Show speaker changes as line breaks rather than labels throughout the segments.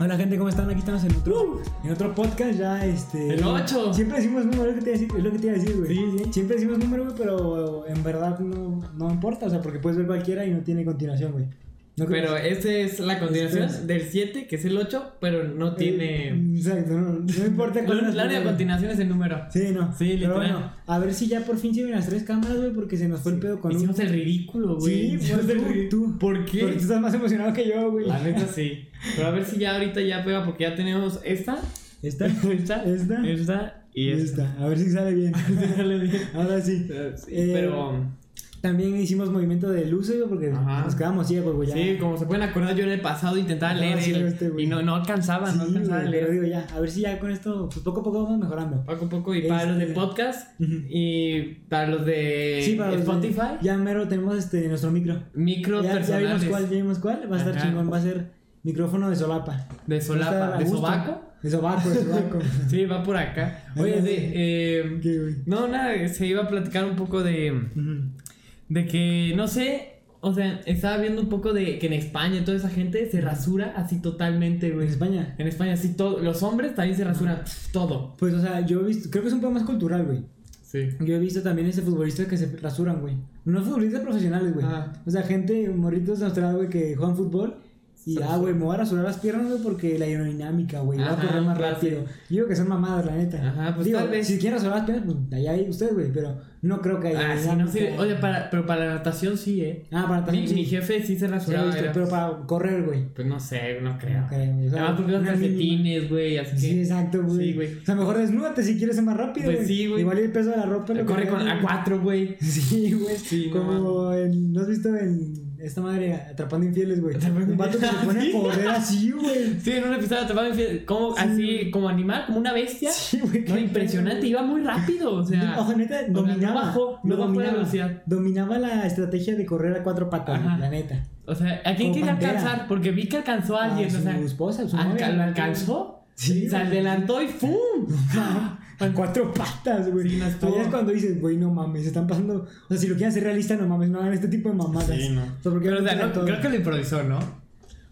Hola gente, ¿cómo están? Aquí estamos en otro, en otro podcast ya, este...
Uh. El ocho.
Siempre decimos número, es lo que te iba a decir- es lo que te iba a decir, güey.
Sí, sí.
Siempre decimos número, güey, pero en verdad no, no importa, o sea, porque puedes ver cualquiera y no tiene continuación, güey. No creo-
Pero esta es la
Este-
continuación del 7, que es el 8, pero no tiene.
Eh, Exacto, no, no importa
La,
cuál es
la única
primera.
continuación es el número.
Sí, no.
Sí,
Pero
literal.
bueno, a ver si ya por fin sirven las tres cámaras, güey, porque se nos fue el pedo con
Hicimos
un...
el
Sí,
ridículo, güey.
pues,
Hicimos el
tú,
ri-
tú.
¿Por
Porque tú
qué?
estás más emocionado que yo, güey.
La neta sí. Pero a ver si ya ahorita ya pega, porque ya tenemos esta,
Esta,
esta,
esta
esta y esta.
esta. A ver si sale bien.
Dale bien.
Ahora sí.
Sí,
Eh,
Pero
También hicimos movimiento de luces, güey, porque
Ajá.
nos quedamos ciegos, güey. pues ya.
sí, como se pueden acordar, yo en el pasado intentaba
No,
leer
sí,
el-
este, güey.
y no, no alcanzaba, no
Sí,
alcanzaba
güey,
a
pero
leer.
digo ya, a ver si ya con esto, pues poco a poco vamos mejorando.
Poco a poco y para los de
Este-
podcast
Ujú.
y para los de
Sí, para los de-
Eh, Spotify,
Ya mero tenemos este nuestro micro.
micro
Ya, ya vimos
personales
cuál, ya vimos cuál. Va a estar
Ajá.
chingón, va a ser micrófono de solapa. Va
de
a estar
solapa,
a
de
gusto.
sobaco.
De sobaco, de sobaco.
Sí, va por acá. Oye,
Ajá.
de, eh,
¿Qué, güey?
no, nada, se iba a platicar un poco de,
Ujú.
de que, no sé, o sea, estaba viendo un poco de que en España toda esa gente se rasura así totalmente,
En
güey.
España.
En España, sí, todo, los hombres también se rasuran pf, todo.
Pues, o sea, yo he visto, creo que es un poco más cultural, güey.
Sí.
Yo he visto también ese futbolistas que se rasuran, güey. No futbolistas profesionales, güey.
Ah.
O sea, gente, morritos de Australia, güey, que juegan fútbol. Y,
Se
ah,
rasuran.
güey, me voy a rasurar las piernas, güey, porque la aerodinámica, güey, va a
Ajá,
correr más
claro,
rápido. Digo que son mamadas, la neta.
Ajá, pues,
Digo,
tal vez.
si quieren rasurar las piernas, pues allá hay ustedes, güey, pero no creo que haya.
Ah, sí, no sé. Oye, para, pero para la natación sí, ¿eh?
Ah, para
Mi,
también.
mi jefe sí se
Sí, lo he
rasuraba.
visto,
era-
pero para correr, güey.
Pues no sé, no creo.
No creo, güey. O sea,
Además, porque los
una
calcetines, güey, así que.
Sí, exacto, güey.
Sí, güey.
O sea, mejor desnúdate si quieres ser más rápido,
Pues sí, güey.
Igual el peso de la ropa. lo que
Corre con
sea, güey.
A4, güey.
Sí, güey.
Sí, no
Como en, ¿no has visto en esta madre atrapando infieles, güey?
Atrapando
Un vato que se
infieles.
pone a correr así, güey.
Sí, en un episodio atrapado en fiel- como
Sí.
así, como animal, como una bestia.
Sí, güey.
No,
qué
impresionante,
pedo,
iba muy rápido, o
güey.
sea.
Ojo, neta,
no
dominaba.
bajó, no
lo
bajó la
dominaba.
velocidad.
Dominaba la estrategia de correr a cuatro patas,
Ajá.
güey, la neta.
O sea, ¿a quién
Como
quería
pantera.
alcanzar? Porque vi que alcanzó a alguien,
su
o sea.
esposa, su
alca-
novia.
lo alcanzó,
Sí,
se
güey.
adelantó y ¡fum!
A cuatro patas, güey.
Sí, no estuvo.
Ahí es cuando dices, güey, no mames, se están pasando. O sea, si lo quieren hacer realista, no mames, no hagan este tipo de mamadas.
Sí, no.
O sea, porque
Pero, o sea,
tienen
no,
todo.
creo que lo improvisó, ¿no?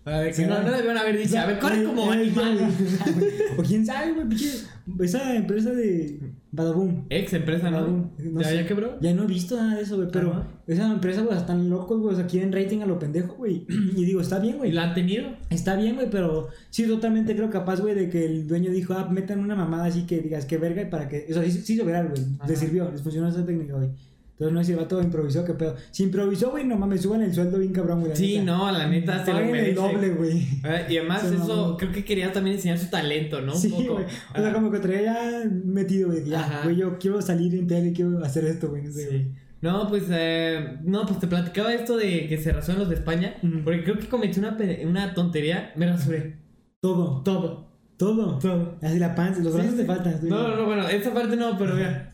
A ver, que
¿Será?
no, no debieron haber dicho, a ver, corre como animal.
Eh, O quién sabe, güey, pinche. Esa empresa de Badaboom.
Ex empresa, ¿no?
Badaboom, no
¿Ya,
sé.
ya quebró?
Ya no he visto nada de eso, güey. Pero
Ajá.
esa empresa, güey, están locos, güey. O sea, quieren rating a lo pendejo, güey. Y digo, está bien,
¿Y
güey.
la han tenido?
Está bien, güey, pero sí totalmente creo capaz, güey, de que el dueño dijo, ah, metan una mamada así que digas que verga y para que. O sea, sí, sí lograron, güey.
Ajá.
Les sirvió, les funcionó esa técnica, güey. Entonces no es si el vato improvisó, qué pedo. Si improvisó, güey, no mames, suban el sueldo bien cabrón, güey. la
Sí,
neta.
no, la neta se lo
Paguen
merece.
el doble, güey.
Ah, Y además
Se mamó.
eso, creo que quería también enseñar su talento, ¿no? Un
Sí,
poco.
güey. O sea,
Ah,
como que traía ya metido, güey. Ya,
Ajá.
güey, yo quiero salir en tele, quiero hacer esto, güey. No sé, güey.
sí. No, pues, eh, no, pues te platicaba esto de que se rasuró en los de España,
Ujú.
porque creo que cometí una, pe- una tontería, me rasuré
Todo,
todo,
todo.
todo.
Así la panza, los brazos
Sí,
te
sí.
faltan. güey.
No, no, bueno, esta parte no, pero mira,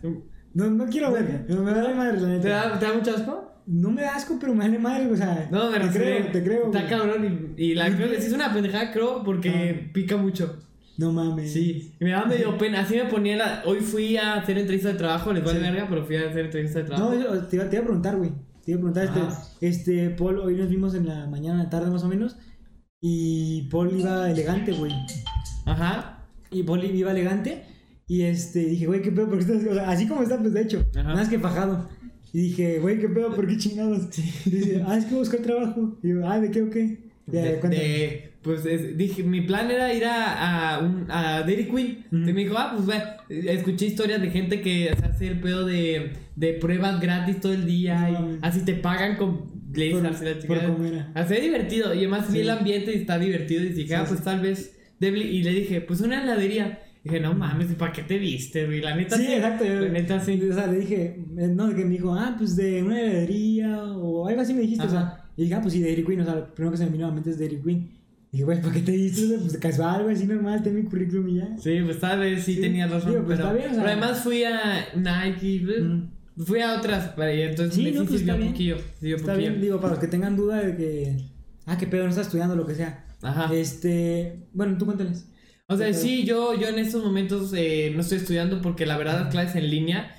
no, no quiero ver. No me vale madre, la
¿te
neta.
da, te da mucho asco?
No me da asco, pero me vale madre, o sea.
No, me
te
rasuré.
creo, te creo.
Está
güey.
cabrón y, y la creo que sí es una pendejada, creo, porque pica mucho.
No mames.
Sí, y me daba medio pena. Así me ponía la. Hoy fui a hacer entrevista de trabajo, les vale
Sí.
verga, pero fui a hacer entrevista de trabajo.
No, yo te iba, te iba a preguntar, güey. Te iba a preguntar,
Ajá.
este, este, Paul, hoy nos vimos en la mañana, en la tarde más o menos. Y Paul iba elegante, güey.
Ajá.
Y Poli iba elegante. Y este, dije, güey, qué pedo, porque estás. o sea, así como está, pues de hecho,
Ajá.
más que fajado. Y dije, güey, qué pedo, por qué chingados. Y dice, ah, es que buscar trabajo. Y yo, ah, ¿de qué o qué? Ya,
De-
cuéntame.
de- pues es- dije, mi plan era ir a, a, un, a Dairy Queen.
Ujú.
Y me dijo, ah, pues va. Escuché historias de gente que se hace el pedo de, de pruebas gratis todo el
No
día. y
mames.
así te pagan con. Le dices
Por-
así la
por
chica.
comer.
Así es divertido. Y además
Sí.
vi el ambiente y está divertido. Y dije,
Sí,
ah, pues
sí.
tal vez. débil". Y le dije, pues una heladería. Y dije, no mames, ¿y para qué te viste, güey? La neta
Sí, exacto. yo-
La neta sí.
O sea, le dije, eh, no, que me dijo, ah, pues de una heladería o algo así me dijiste, o sea.
Ajá.
Y dije, ah, pues sí, Dairy Queen, o sea, lo primero que se me vino a la mente es Dairy Queen. Y dije, güey, ¿para qué te diste? güey? Pues casual, güey, así normal, tengo mi currículum y ya.
Sí, pues tal vez sí,
Sí,
tenía razón.
digo, pues,
pero,
está bien, o sea.
pero además fui a Nike, pues,
Ujú.
fui a otras, para y entonces
Sí,
me
no,
sí
pues,
sirvió
está bien.
poquillo. sirvió
Está
poquillo.
bien, digo, para los que tengan duda de que, ah, qué pedo, no está estudiando, lo que sea.
Ajá.
Este, bueno, tú cuéntales.
o sea,
pero-
sí, yo, yo en estos momentos eh, no estoy estudiando porque la verdad las clases en línea,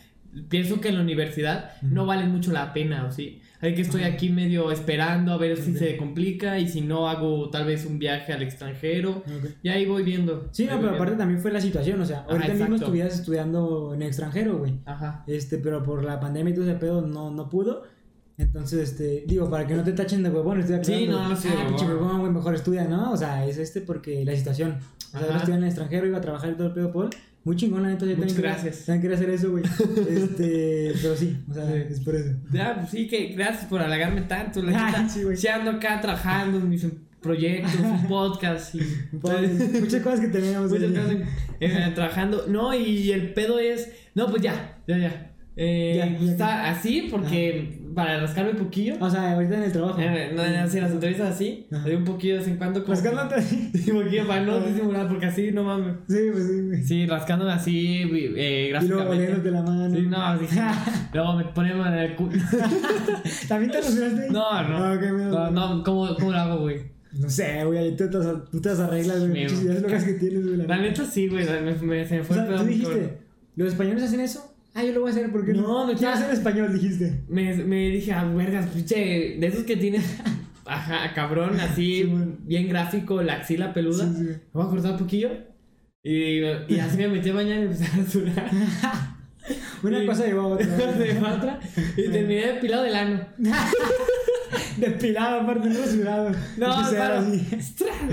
pienso que en la universidad no valen mucho la pena, o sí. Hay que estoy
Ajá.
aquí medio esperando a ver si
Ok.
se complica y si no hago tal vez un viaje al extranjero.
Ok.
Y ahí voy viendo.
Sí,
Ahí
no,
voy
pero
viendo.
aparte también fue la situación, o sea, ahorita mismo
exacto.
estuvieras estudiando en el extranjero, güey.
Ajá.
Este, pero por la pandemia y todo ese pedo no, no pudo. Entonces, este, digo, para que no te tachen de huevón, estoy
Sí,
aclarando.
no, no soy
Ah,
huevón.
pinche huevón, güey, mejor estudia, ¿no? O sea, es este porque la situación. O sea,
Ajá.
yo estudié en el extranjero, iba a trabajar y todo el pedo, Paul. Muy chingón, la neta. Yo
Muchas
también quería-
gracias.
También quería hacer eso, güey. Este, pero sí, o sea,
Sí.
es por eso.
Ya, pues sí, que gracias por halagarme tanto. La
Ay,
neta,
sí, güey.
sí ando acá trabajando en mis proyectos, un podcast y
Paul, muchas cosas que teníamos.
muchas
güey.
cosas en- eh, trabajando. No, y el pedo es. No, pues ya, ya, ya. Eh,
Ya, Ah. ya,
está así porque para rascarme un poquillo.
O sea, ahorita en el trabajo.
eh, no, no, así las entrevistas así,
Ah. Ajá.
de un poquillo de vez en cuando. como-
Rascándote Ah. así.
Un poquillo para no disimular, porque así no mames.
Sí, pues sí, güey.
Sí, rascándome así, eh,
Y luego
gráficamente.
oliéndote la mano.
Sí, no, sí. Luego me ponemos en el culo.
¿También te rasuraste?
No, no.
Ah, ok, mira.
No, no, ¿cómo, cómo lo hago, güey?
No sé, güey, tú te, las- tú te las arreglas, güey.
Mira.
Muchas ideas locas que tienes, güey. la
La
neta.
neta sí, güey. la- me- me- se me
O
fue el
sea,
pedo.
tú
muy
dijiste,
cabrón.
¿los españoles hacen eso? Ah, yo lo voy a hacer porque
No, me
quiero
está-
hacer español, dijiste.
Me, me dije, ah, vergas, pinche. De esos que tienes. Ajá, cabrón, así,
Sí, bueno.
bien gráfico, la axila peluda.
Sí, sí.
Me voy a cortar un poquillo. Y, y así me metí a bañar y empecé a rasurar.
Una
Sí.
cosa llevaba a otra.
De otra, y terminé depilado del ano.
Despilado, aparte, no rasurado.
No,
Pinche cero
claro.
así.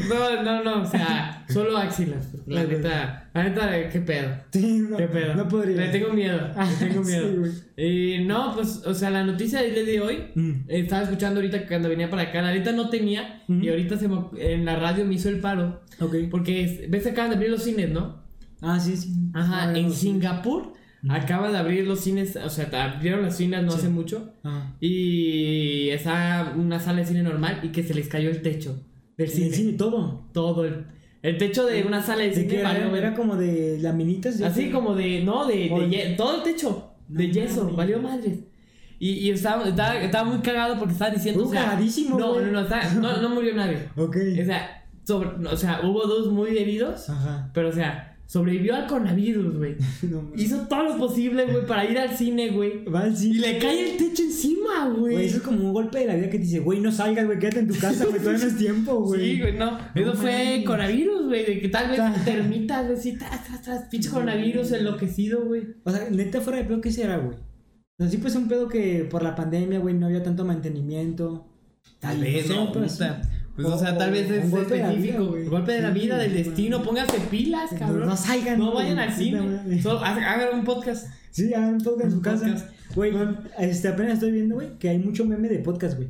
No, no, no, o sea, solo axilas. porque La
Ok.
neta, la neta, qué pedo.
Sí, no,
¿Qué pedo?
No podría.
Le tengo miedo.
Ah,
Le tengo
sí,
miedo.
güey.
y no, pues, o sea, la noticia del día de hoy.
Mm.
eh, Estaba escuchando ahorita que cuando venía para acá. La neta no tenía.
Ujú.
Y ahorita se me- en la radio me hizo el paro.
Ok.
Porque es- ves, acaban de abrir los cines, ¿no?
Ah, sí, sí.
Ajá.
Ah,
en
no, sí.
Singapur acaban de abrir los cines. O sea, abrieron las cines no
Sí.
hace mucho.
Ajá.
Y está una sala de cine normal y que se les cayó el techo
En el
del cine.
cine todo.
Todo el, el techo de una sala de
¿De
cine
qué era?
valió-
Era como de laminitas. ¿sí?
Así como de, no, de, de
Oye.
ye- todo el techo,
No
de yeso,
mames.
valió madres. Y, y estaba, estaba, estaba muy cagado porque estaba diciendo.
Uh, cagadísimo,
No,
güey.
no, no, estaba- no, no murió nadie.
Ok.
O sea, sobre- o sea, hubo dos muy heridos,
Ajá.
pero o sea, sobrevivió al coronavirus, güey.
No, mames.
Hizo todo lo posible, güey, para ir al cine, güey.
Va al cine.
Y le cae el techo encima,
Güey, eso es como un golpe de la vida que te dice, güey, no salgas, güey, quédate en tu casa, güey, todavía no es tiempo, güey.
Sí, güey, no. Eso fue
mames.
coronavirus, güey. De que tal vez
Ta-
termitas, güey, sí, tras, tras, tras, pinche coronavirus enloquecido, güey.
O sea, neta, fuera de pedo, ¿qué será, güey? O sea, sí, pues un pedo que por la pandemia, güey, no había tanto mantenimiento. Y, sé, un pedo así.
Pues, o sea, tal vez
O- o
es
un golpe de la
específico,
vida,
güey.
güey.
Golpe de la
Sí,
vida, del
güey. Pues,
destino. Pónganse pilas,
No,
cabrón.
no salgan,
No vayan
güey,
al
puta
cine.
madre.
Solo haz- hagan un podcast.
Sí, hagan un podcast en su
Un
casa.
podcast.
Güey, este, apenas estoy viendo, güey, que hay mucho meme de podcast, güey.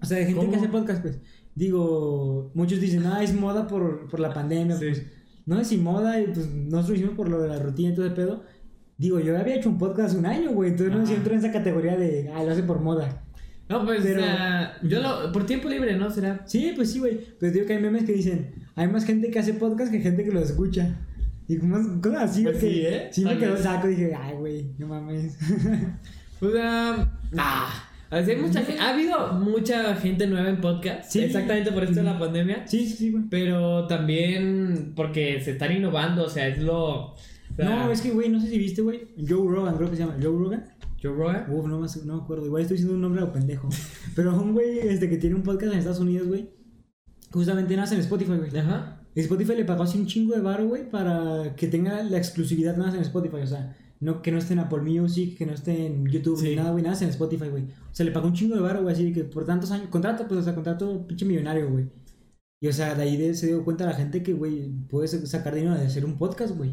O sea, de gente
¿Cómo?
que hace podcast, pues. Digo, muchos dicen, ah, es moda por, por la pandemia,
Sí.
pues. No es si moda, y pues nosotros lo hicimos por lo de la rutina y todo ese pedo. Digo, yo había hecho un podcast hace un año, güey, entonces no
Ajá.
sé si entro en esa categoría de, ah, lo hace por moda.
No, pues,
Pero-
o sea, yo lo. Por tiempo libre, ¿no? Será.
Sí, pues sí, güey. Pues digo que hay memes que dicen, hay más gente que hace podcast que gente que lo escucha. Y como cosas así,
Pues
güey,
sí,
que
¿eh?
Sí, me
Tal
quedó
vez.
saco y dije, ay, güey, no mames.
O sea. pues, Ah. Así hay mucha gente- ha habido mucha gente nueva en podcast.
Sí.
Exactamente por esto de la pandemia.
sí, sí, sí, güey.
Pero también porque se están innovando, o sea, es lo. o sea,
No, es que, güey, no sé si viste, güey. Joe Rogan, creo que se llama. Joe Rogan.
Joe Rogan.
Uf, no, más- no me acuerdo. Igual estoy diciendo un nombre a lo pendejo. Pero un güey este, que tiene un podcast en Estados Unidos, güey. Justamente nace en Spotify, güey.
Ajá.
Spotify le pagó así un chingo de barro, güey, para que tenga la exclusividad nada más en Spotify. O sea, no, que no esté en Apple Music, que no esté en YouTube,
Sí.
ni nada, güey, nada es en Spotify, güey. O sea, le pagó un chingo de barro, güey, así de que por tantos años. Contrato, pues, o sea, contrato pinche millonario, güey. Y, o sea, de ahí de- se dio cuenta la gente que, güey, puedes sacar dinero de hacer un podcast, güey.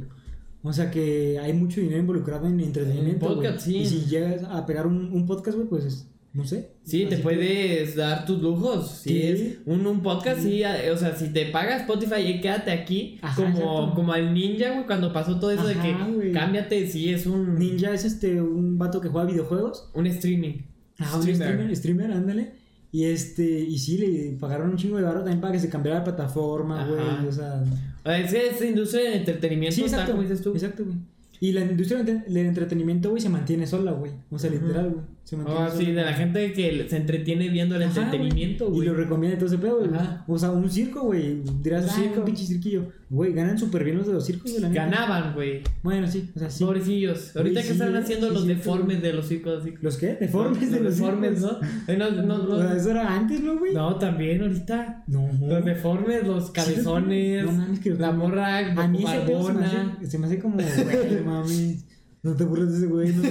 O sea, que hay mucho dinero involucrado en entretenimiento. güey.
En podcast, sí.
Y si llegas a pegar un, un podcast, güey, pues, es- no sé.
Sí, te
Así
puedes dar tus lujos. Si
Sí.
es un, un podcast, sí. a- o sea, si te pagas Spotify, y quédate aquí.
Ajá,
como,
exacto.
como al ninja, güey, cuando pasó todo eso de
Ajá,
que
güey.
cámbiate, sí, es un.
Ninja es este, un vato que juega videojuegos.
Un streaming.
Ah, un
Streamer.
streamer, streamer, ándale. Y este, y sí, le pagaron un chingo de barro también para que se cambiara la plataforma,
Ajá.
güey. O sea.
O sea, es que es industria del entretenimiento,
Sí,
tal
exacto.
como dices tú.
Exacto, güey. Y la industria del entre- del entretenimiento, güey, se mantiene sola, güey. O sea,
Ujú.
literal, güey. Se mantiene
Ah,
solo.
sí, de la gente que se entretiene viendo el
Ajá, güey.
entretenimiento,
Y
güey.
lo recomienda y todo ese pedo, güey.
Ajá.
O sea, un circo, güey. Dirás,
Un
ah,
circo.
un pinche cirquillo. Güey, ganan súper bien los de los circos, güey, la neta.
Ganaban, güey.
Bueno, sí, o sea, sí.
Pobrecillos.
Güey,
Ahorita que
sí,
están
güey,
haciendo
sí,
los
sí,
deformes de los circos así.
¿Los qué? Deformes de los
deformes,
circos.
¿no? Eh, No, no,
O sea,
no.
eso era antes, ¿no, güey?
No, también ahorita.
No.
Los deformes, los cabezones,
No mames, que los-
la morra
A mí ese pedo se me,
barbona.
hace, se me hace como, güey, mami. No te burles de ese güey, no,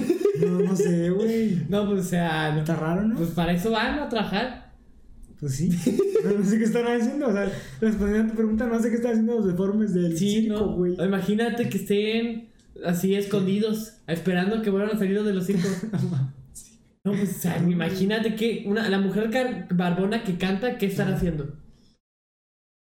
no, no sé, güey.
No, pues o sea, no.
Está raro, ¿no?
pues para eso van a trabajar.
Pues sí. Pero no sé qué están haciendo. O sea, respondiendo a tu pregunta, no sé qué están haciendo los deformes del
Sí,
circo,
no.
güey.
Imagínate que estén así escondidos, esperando que vuelvan a salir de los circos. No, pues, o sea, imagínate que una, la mujer car- barbona que canta, ¿qué estará haciendo?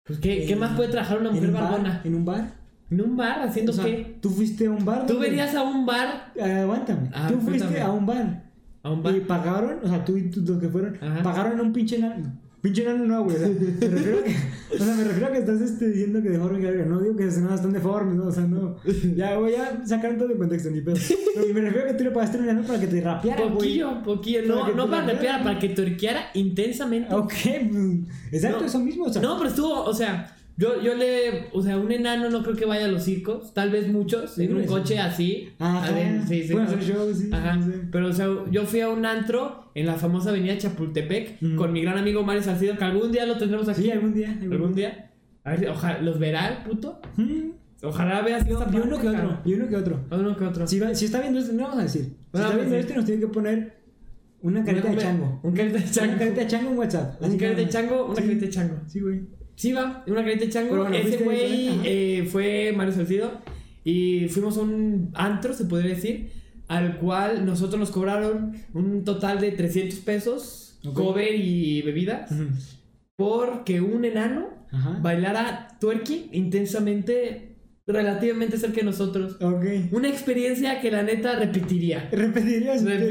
Pues, ¿qué,
Eh,
¿qué más puede trabajar una mujer
¿En un bar?
barbona?
¿En un bar?
¿En un bar? ¿Haciendo
O sea,
qué?
tú fuiste a un bar.
Tú
güey?
verías a un bar,
Ah, Aguántame.
Ah,
tú fuiste
cuéntame.
a un bar.
a un bar,
Y pagaron, o sea, tú y tú- los que fueron,
Ajá.
pagaron un pinche enano. Pinche enano no, güey. O sea, me refiero a que, o sea, me refiero a que estás este, diciendo que deforme que verga. No digo que no están deformes, ¿no? O sea, no. Ya, güey, ya sacaron todo de contexto, ni pedo. Pero me refiero a que tú le pagaste a un enano para que te rapeara, güey.
poquillo, poquillo,
Para
no,
que
no
te
para
rapeara.
rapear, para que torqueara intensamente.
Ok, pues, exacto,
No.
eso mismo. O sea,
No, pero estuvo, o sea, yo, yo le, o sea, un enano no creo que vaya a los circos, tal vez muchos, en un
Seguro,
coche así.
Ajá.
adentro, sí, sí,
Ah, Pueden
¿no?
hacer shows, sí,
Ajá.
sí, sí.
Pero, o sea, yo fui a un antro en la famosa avenida Chapultepec
Ujú.
con mi gran amigo Mario Salcido, que algún día lo tendremos aquí.
sí, algún día.
algún día. A ver, ojalá, los verá el puto.
Mm,
Ojalá veas
Y
esta
uno
parte,
que otro,
cabrón.
y uno que otro.
A Uno que otro.
Si, va- si está viendo esto, no vamos a decir. Si
Bueno,
está
pues
viendo
sí.
esto, nos tiene que poner una carita de
Una-
chango.
Un carita de chango.
Una carita de chango en WhatsApp.
Un
Así
carita de
nada más.
chango, una
Sí.
carita de chango.
Sí, güey.
Sí, va, una carita de chango.
Pero bueno,
Ese
fuiste
güey
con él, ajá.
eh, fue Mario Salcido. Y fuimos a un antro, se podría decir, al cual nosotros nos cobraron un total de 300 pesos,
Ok.
cover y bebidas, porque un enano
Ajá.
bailara twerking intensamente, relativamente cerca de nosotros.
Ok.
Una experiencia que la neta repetiría.
Repetirías.
Repetiría.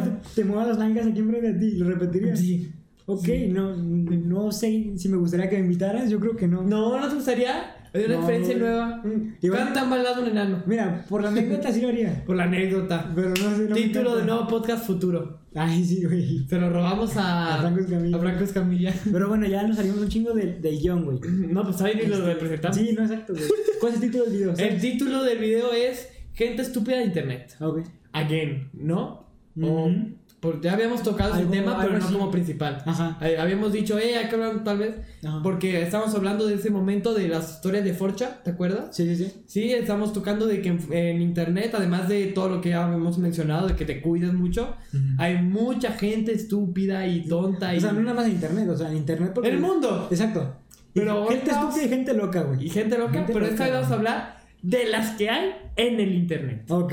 Repetirías. Te, te muevas las mangas aquí enfrente de ti. Lo repetirías.
Sí.
Ok,
Sí.
No, no sé si me gustaría que me invitaras. Yo creo que no.
No, ¿no te gustaría? Hay una
No,
experiencia
güey.
nueva.
Y bueno-
¿Cuánto han bailado un enano?
Mira, por la anécdota sí lo haría.
Por la anécdota.
Pero no sé. no me
Título de
encanta.
nuevo podcast futuro.
Ay, sí, güey.
Se lo robamos a,
A Franco Escamilla.
a Franco Escamilla.
Pero bueno, ya nos salimos un chingo del, del guión, güey.
No, pues ahí ni lo representamos.
Este, Sí, no, exacto, güey. ¿Cuál es el título del video?
El título del video es Gente estúpida de Internet.
Ah, Ok.
Again, ¿no? O-
Ujú.
porque ya habíamos tocado ese
Algo-
tema, pero
algo
no
así. Ah.
como principal.
Ajá.
Eh, Habíamos dicho, eh, hay que hablar tal vez.
Ajá.
Porque estábamos hablando de ese momento de las historias de Forcha, ¿te acuerdas?
Sí, sí, sí.
Sí, estamos tocando de que en, en internet, además de todo lo que ya hemos mencionado, de que te cuides mucho, hay mucha gente estúpida y tonta y.
O sea, no nada más en internet, o sea, en internet porque...
¡El mundo!
Exacto.
Pero
Pero
ahorita
gente estúpida y gente loca,
y
güey.
gente loca,
Gente
pero
loca,
esta vez vamos a
¿no?
hablar de las que hay en el internet.
Ok.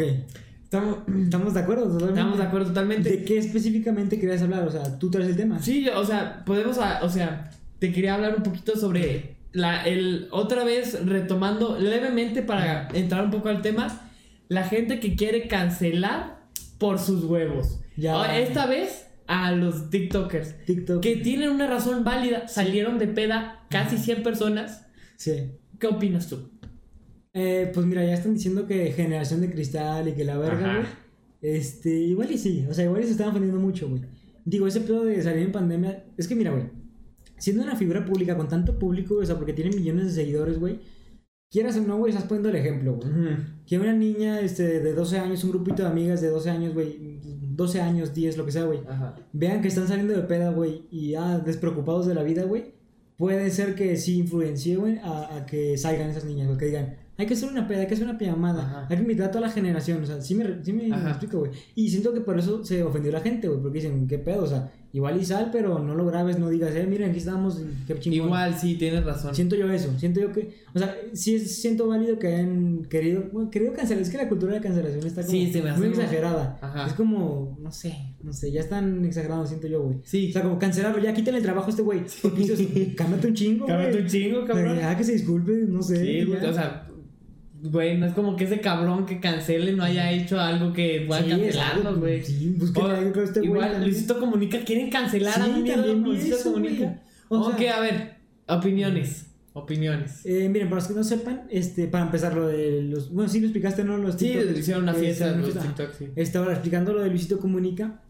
Estamos,
Estamos de acuerdo, totalmente.
estamos de acuerdo totalmente.
¿De qué específicamente querías hablar? O sea, tú traes el tema.
Sí, o sea, podemos, a- o sea, te quería hablar un poquito sobre la, el, otra vez retomando levemente para entrar un poco al tema, la gente que quiere cancelar por sus huevos.
Ya.
Ahora, Esta vez a los TikTokers.
TikTok.
Que tienen una razón válida, salieron de peda casi 100 personas.
Sí.
¿Qué opinas tú?
Eh, pues mira, ya están diciendo que generación de cristal y que la
Ajá.
verga, güey. Este, igual y sí. O sea, igual y se están ofendiendo mucho, güey. Digo, ese pedo de salir en pandemia... Es que mira, güey. Siendo una figura pública con tanto público, güey, o sea, porque tiene millones de seguidores, güey. Quieras o no, güey, estás poniendo el ejemplo, güey. Que una niña este, de 12 años, un grupito de amigas de 12 años, güey, 12 años, 10, lo que sea, güey,
Ajá.
vean que están saliendo de peda, güey, y ya despreocupados de la vida, güey, puede ser que sí influencie, güey, a, a que salgan esas niñas, güey, que digan, hay que hacer una peda, hay que hacer una pijamada,
Ajá.
hay que invitar a toda la generación, o sea, sí me, sí me
Ajá.
explico, güey. Y siento que por eso se ofendió la gente, güey, porque dicen, qué pedo, o sea, igual y sal, pero no lo grabes, no digas, eh, miren, aquí estamos, y qué chingón.
Igual, sí, tienes razón.
Siento yo eso, siento yo que, o sea, sí es- siento válido que hayan querido, bueno, querido cancelar, es que la cultura de cancelación está como
Sí, se me hace
muy
muy-
exagerada.
Ajá.
Es como, no sé, no sé, ya están exagerando, siento yo, güey.
Sí.
O sea, como cancelarlo, ya quítale el trabajo a este güey. Porque hizo eso, cámbiate un chingo, güey.
Cámbiate un chingo, cabrón.
Ah, que se disculpe, no sé.
Sí, güey,
ya.
o sea, güey, no es como que ese cabrón que cancele no haya hecho algo que pueda
Sí,
cancelarlo,
exacto, pues,
güey.
Sí, búscale
O-
algo a este güey.
igual,
también.
Luisito Comunica, quieren cancelar a
Sí,
un ídolo
también
como Luisito
eso, güey.
Comunica.
O sea-
ok, a ver, opiniones, opiniones.
Eh, miren, para los que no sepan, este, para empezar lo de los... Bueno, sí lo explicaste, ¿no? Los
Sí,
TikToks.
hicieron una
Eh,
fiesta
hicieron
en
una
los
fiesta, ajá.
TikTok, sí.
Este, ahora explicando lo de Luisito Comunica.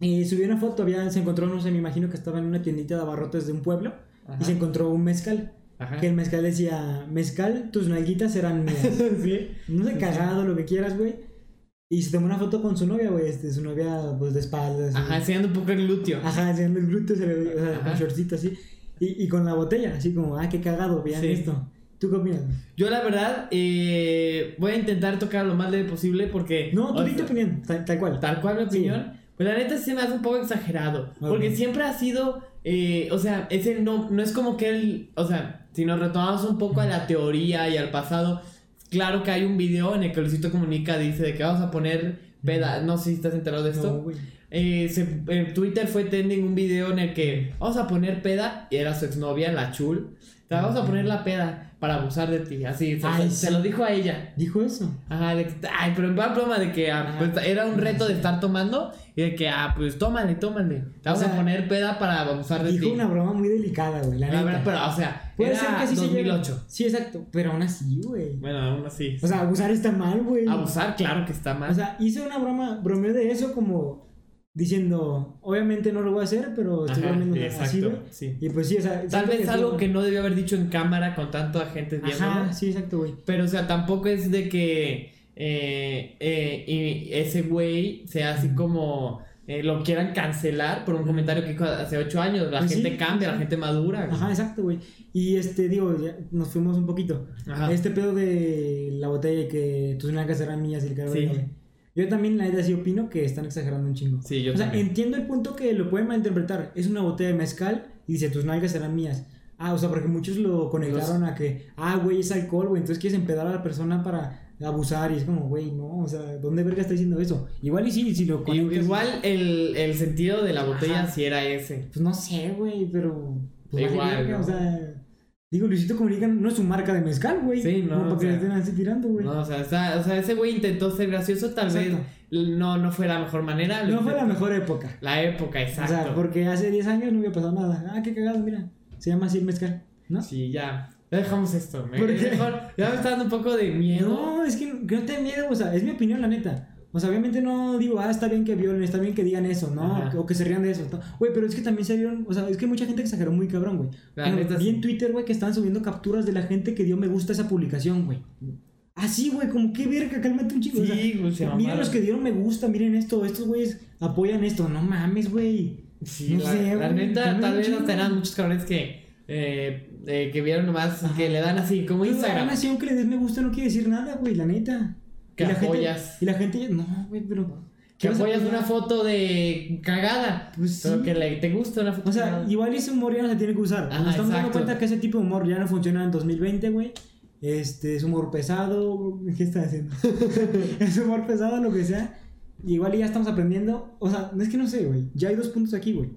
Y subió una foto, había, se encontró, no sé, me imagino que estaba en una tiendita de abarrotes de un pueblo
Ajá.
y se encontró un mezcal.
Ajá.
Que el mezcal decía, mezcal, tus nalguitas serán mías.
Sí.
No sé, cagado, lo que quieras, güey. Y se tomó una foto con su novia, güey, este, su novia, pues, de espaldas.
Ajá, enseñando un poco el glúteo.
Ajá, enseñando el glúteo, se le ve, o sea,
Ajá.
con shortcito así. Y, y con la botella, así como, ah, qué cagado, vean
Sí.
esto. ¿Tú qué opinas?
Yo la verdad eh, voy a intentar tocar lo más leve posible porque...
No, tú
o
di tu
sea,
opinión, tal, tal cual.
Tal cual mi
Sí.
opinión. Pues la neta sí se me hace un poco exagerado.
Ok.
Porque siempre ha sido... eh, o sea, es el no, no es como que él... O sea, si nos retomamos un poco a la teoría y al pasado... Claro que hay un video en el que Luisito Comunica dice de que vamos a poner... peda- no sé si estás enterado de esto.
No, güey.
Eh, se- en Twitter fue trending un video en el que vamos a poner peda y era su exnovia, la chul. Te vamos a poner la peda para abusar de ti. Así, se,
Ay,
se- se
sí.
lo dijo a ella.
Dijo eso.
Ajá, de que- ay, pero en plan broma de que ah,
Ajá.
pues, era un reto de estar tomando y de que, ah, pues tómale, tómale. Te
O
vamos a
sea,
poner peda para abusar de ti.
Dijo una broma muy delicada, güey, la
La
neta.
verdad, pero, o sea,
Puede
era
ser que sí se lleve.
2008.
Sí, exacto, pero aún así, güey.
Bueno, aún así.
O sea, abusar está mal, güey.
Abusar, claro que está mal.
O sea, hice una broma, bromeé de eso como diciendo, obviamente no lo voy a hacer, pero pues, estoy
Ajá,
bromeando
exacto,
así, güey.
sí.
Y pues sí, o sea,
Tal
siento
vez
estuvo-
algo que no debió haber dicho en cámara con tanta gente viéndolo.
Ajá, sí, exacto, güey.
Pero, o sea, tampoco es de que eh, eh, y ese güey sea así como eh, lo quieran cancelar por un comentario que hizo hace ocho años. La
Pues sí,
gente cambia,
sí.
la gente madura. güey.
Ajá, exacto, güey. Y este, digo, ya nos fuimos un poquito.
Ajá.
Este pedo de la botella y que tus nalgas serán mías y el cabrón.
Sí.
güey. Yo también, la neta, sí opino que están exagerando un chingo.
Sí, yo
o sea,
también.
entiendo el punto que lo pueden malinterpretar. Es una botella de mezcal y dice, tus nalgas serán mías. Ah, o sea, porque muchos lo conectaron a que, ah, güey, es alcohol, güey, entonces quieres empedar a la persona para abusar. Y es como, güey, no, o sea, ¿dónde verga está diciendo eso? Igual y sí, si lo
Y-
conectas.
Igual el, el sentido de la botella
Ajá.
si era ese.
Pues no sé, güey, pero. Pues vale
Igual,
verga,
¿no?
O sea. Digo, Luisito Comunica no es su marca de mezcal, güey.
Sí, no,
Como para
o
que le
sea,
estén así tirando, güey.
No, o sea, está- o sea, ese güey intentó ser gracioso, tal
Exacto.
vez no, no fue la mejor manera. lo
No fue la
intentó.
mejor época.
La época, exacto.
O sea, porque hace 10 años no hubiera pasado nada. Ah, qué cagado, mira. Se llama así el mezcal, ¿no?
Sí, ya. Ya dejamos esto. me-
¿Por qué?
mejor- ya me está dando un poco de miedo.
No, es que, que no te dé miedo, o sea, es mi opinión, la neta. O sea, obviamente no digo, ah, está bien que violen, está bien que digan eso, ¿no?
Ajá.
O que se rían de eso. ¿no? Güey, pero es que también se vieron, o sea, es que mucha gente exageró muy cabrón, güey.
La
Bueno,
neta
vi
sí.
en Twitter, güey, que estaban subiendo capturas de la gente que dio me gusta a esa publicación, güey. Así, güey, como qué verga, cálmate un chico. o sea,
Sí, güey, se
miren
mamaron.
los que dieron me gusta, miren esto, estos güeyes apoyan esto, no mames, güey.
Sí,
No
la,
sé,
la
güey,
neta,
yo
tal
me
vez
chingo.
no eran muchos cabrones que, eh, eh, que vieron nomás,
Ajá. Pues,
que le dan así, como
Pero
Instagram.
Una nación que "ah, le des me gusta no quiere decir nada, güey, la neta.
Que
y la
apoyas.
Gente, y la gente, no, güey, pero.
Que
¿qué vas a
apoyas
apoyar?
una foto de cagada,
Pues sí.
pero que le, te gusta una foto
O sea,
cagada.
igual ese humor ya no se tiene que usar.
Ajá,
Nos estamos dando
exacto.
cuenta que ese tipo de humor ya no funciona en 2020, güey. Este es humor pesado. ¿Qué estás haciendo? es humor pesado, lo que sea. Y igual ya estamos aprendiendo. O sea, es que no sé, güey. Ya hay dos puntos aquí, güey.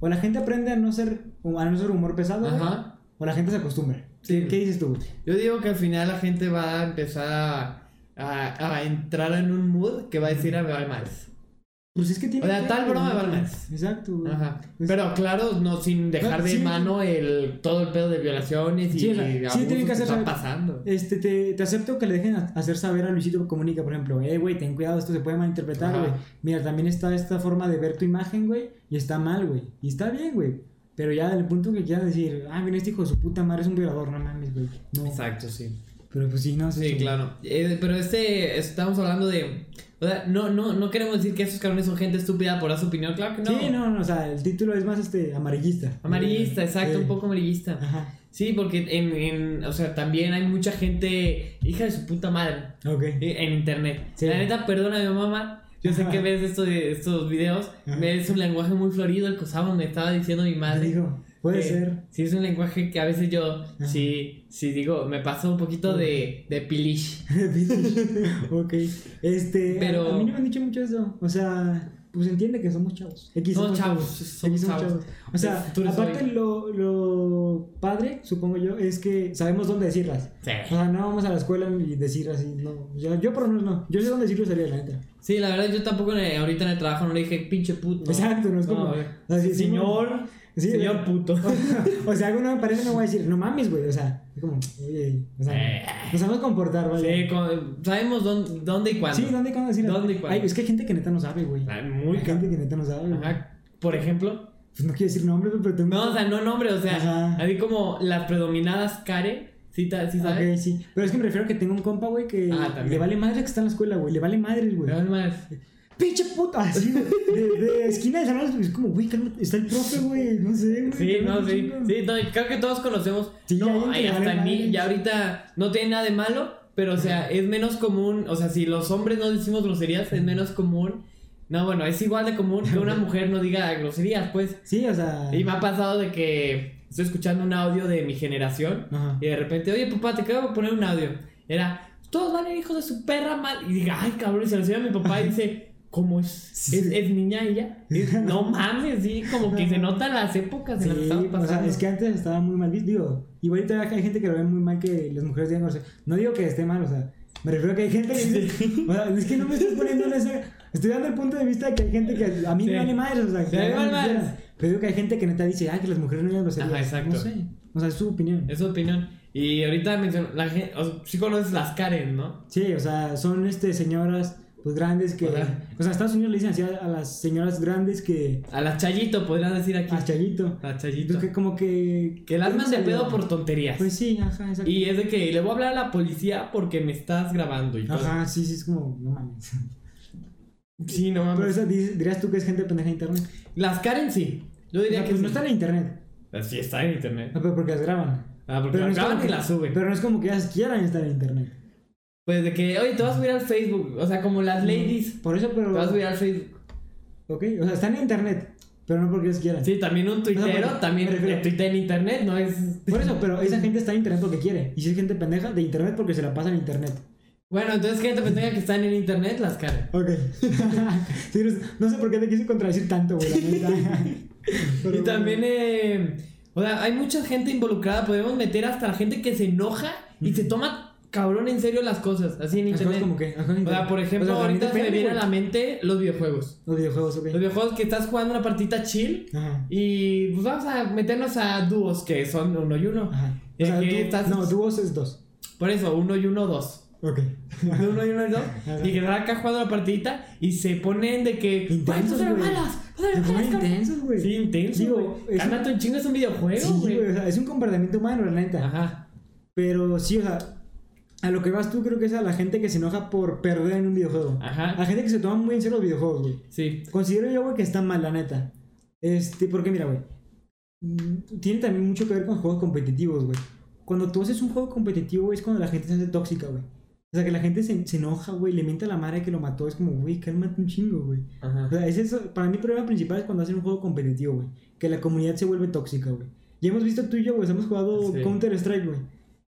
O la gente aprende a no ser, a no ser humor pesado, güey,
Ajá.
o la gente se acostumbra.
Sí.
¿Qué dices tú, güey?
Yo digo que al final la gente va a empezar a, a- a entrar en un mood que va a decir a me vale madres.
Pues es que tiene.
O sea,
que-
tal broma vale más.
Exacto, güey.
Ajá.
Pues-
Pero claro, no sin dejar
No,
de
sí.
mano el todo el pedo de violaciones y,
Sí, o sea,
y
sí
abusos
tienen que
que
hacer saber-
están pasando.
Este, te, te acepto que le dejen a- hacer saber a Luisito Comunica, por ejemplo, eh, güey, ten cuidado, esto se puede malinterpretar,
Ajá.
güey. Mira, también está esta forma de ver tu imagen, güey, y está mal, güey. Y está bien, güey. Pero ya del punto que quieras decir, ah, mira, este hijo de su puta madre es un violador, no mames, güey. No.
Exacto, sí.
Pero pues sí, no sé.
Sí, claro. Eh, pero este, estamos hablando de... O sea, no, no, no queremos decir que esos cabrones son gente estúpida por dar su opinión, claro que no.
Sí, no, no, o sea, el título es más este amarillista.
Amarillista,
Eh,
exacto,
eh,
un poco amarillista.
Ajá.
Sí, porque en, en- o sea, también hay mucha gente hija de su puta madre
Ok.
eh, en internet.
Sí.
La neta, perdóname, mamá. Yo sé que ves esto de estos videos,
Ajá.
ves un lenguaje muy florido, el que usaba me estaba diciendo mi
Te
madre.
digo, puede
Eh,
ser.
Sí, es un lenguaje que a veces yo,
Ajá.
sí, sí digo, me pasa un poquito de, de pilish.
ok. Este, a-
Pero-
a, mí no me han dicho mucho eso. O sea, pues entiende que somos chavos. X
Somos
somos
chavos,
X
somos
somos
chavos.
chavos. O sea,
Tú eres
aparte
hoy.
lo, lo padre, supongo yo, es que sabemos dónde decirlas. O
Sí.
sea, no vamos a la escuela y decir así, no. Yo, yo por lo menos no. Yo sé dónde decir grosería, la neta.
Sí, la verdad, yo tampoco en el- ahorita en el trabajo no le dije pinche puto.
Exacto, no es como-
a ver.
así,
señor,
sí,
señor puto.
O sea, alguna me parece no voy a decir, no mames, güey. O sea, como, oye, o sea,
Eh.
nos sabemos comportar,
Sí,
¿vale?
con- sabemos dónde, dónde y cuándo.
Sí, ¿dónde y cuándo decirlo?
¿Dónde y cuándo?
Ay, es que hay gente que neta no sabe, güey.
Ah,
Hay
Muy
gente que neta no sabe,
cabrón.
güey.
Ajá. Por ejemplo.
Pues no quiero decir nombres, güey, pero tengo...
No, o sea, no nombre, o sea,
Ajá.
así como las predominadas Care, sí, ta- sí sabes.
Ok, sí. Pero es que me refiero a que tengo un compa, güey, que
Ah, también.
le vale madre que está en la escuela, güey. Le vale madre, güey.
Pero es más,
Pinche puta, así, güey. De, de esquina de salón, es como, güey, cálmate, está el profe, güey. No sé, güey.
Sí, no,
cálmate,
sí.
chingo.
Sí, no, creo que todos conocemos.
Sí, hay
no,
gente
ay,
que
hasta
vale
a mí,
madres.
ya ahorita no tiene nada de malo, pero o sea, es menos común. O sea, si los hombres no decimos groserías, es menos común. No, bueno, es igual de común que una mujer no diga groserías, pues.
Sí, o sea.
Y me ha pasado de que estoy escuchando un audio de mi generación
Ajá.
y de repente, oye, papá, te acabo de poner un audio. Era, todos van a ir hijos de su perra mal. Y diga, ay, cabrón, y se lo enseña a mi papá y dice, ¿cómo es?
Sí.
¿Es, es niña ella? Y dice, no mames, sí, como que se notan las épocas
Sí,
en las que estaban
o
pasando.
sea, es que antes estaba muy mal visto. Digo, igual todavía hay gente que lo ve muy mal que las mujeres digan grosería. No digo que esté mal, o sea, me refiero a que hay gente que dice. O sea, es que no me estoy poniendo en ese. Estoy dando el punto de vista de que hay gente que a mí
Sí.
me vale madre, o sea, que
Sí,
hagan lo que
vale madres.
quieran. Pero digo que hay gente que neta dice, ah, que las mujeres no digan groserías.
Ajá, exacto.
No sé. O sea, es su opinión.
Es su opinión. Y ahorita mencionó, la gente, o sea, sí conoces las Karen, ¿no?
Sí, o sea, son este señoras pues grandes que.
Ajá.
O sea, en Estados Unidos le dicen así a, a las señoras grandes que.
A las Chayito, podrían decir aquí.
A Chayito.
A
Entonces,
Chayito.
que como que.
Que las
es
más de
serio.
pedo por tonterías.
Pues sí, ajá, exacto.
Y es de que le voy a hablar a la policía porque me estás grabando y todo.
Ajá, sí, sí, es como, no mames.
Sí, no
Pero
mames.
eso dices- dirías tú que es gente pendeja en internet.
Las Karen sí. Yo
O
diría
sea,
que
pues no
sí.
están en internet.
Sí, está en internet.
No, pero porque las graban.
Ah, porque
Pero
la
no es
graban
como
y
que-
la suben.
Pero no es como que ellas quieran estar en internet.
Pues de que, oye, te vas a subir al Facebook. O sea, como las ladies.
Por eso,
Te
pero.
vas a subir al Facebook.
Ok, o sea, están en internet. Pero no porque ellas quieran.
Sí, también un tuitero.
bueno,
también
me refiero-
que tuitea en internet, ¿no? Es.
Por eso, pero esa gente está en internet porque quiere. Y si es gente pendeja, de internet porque se la pasa en internet.
Bueno, entonces, gente que tenga que estar en internet, las Karen.
Ok. Sí, no- no sé por qué te quise contradecir tanto, güey. la neta. Pero
y también, eh, o sea, hay mucha gente involucrada. Podemos meter hasta la gente que se enoja y se toma cabrón en serio las cosas, así en
Las cosas
internet.
como que. las cosas en
O sea,
internet.
por ejemplo,
O sea,
ahorita se me
depende,
viene a
güey.
la mente los videojuegos.
Los videojuegos, ok.
Los videojuegos que estás jugando una partidita chill
Ajá.
y pues vamos a meternos a dúos que son uno y uno.
Ajá.
Eh,
O sea,
que
tú-
estás-
No, dúos es dos.
Por eso, uno y uno, dos.
Ok.
De uno y uno y dos.
Ajá.
y que están acá jugando la partidita y se ponen de que.
Intensos,
"Vamos a hacer
güey.
balas, vamos a hacer
Se ponen
balas, cabrón".
intensos, güey.
Sí, intenso.
Digo,
güey.
es un-
Cálmate un chingo, es un videojuego,
Sí,
güey.
güey, o sea, es un comportamiento humano, la neta.
Ajá.
Pero sí, o sea, a lo que vas tú creo que es a la gente que se enoja por perder en un videojuego. A
Ajá.
la gente que se toma muy en serio los videojuegos, güey.
Sí.
Considero yo, güey, que está mal, la neta. Este, porque mira, güey. mm, Tiene también mucho que ver con juegos competitivos, güey. Cuando tú haces un juego competitivo, güey, es cuando la gente se hace tóxica, güey. O sea, que la gente se, se enoja, güey, le miente a la madre que lo mató. Es como, güey, cálmate un chingo, güey.
Ajá.
O sea, es eso. Para mí, el problema principal es cuando hacen un juego competitivo, güey. Que la comunidad se vuelve tóxica, güey. Ya hemos visto tú y yo, güey. Hemos jugado
Sí.
Counter-Strike, güey.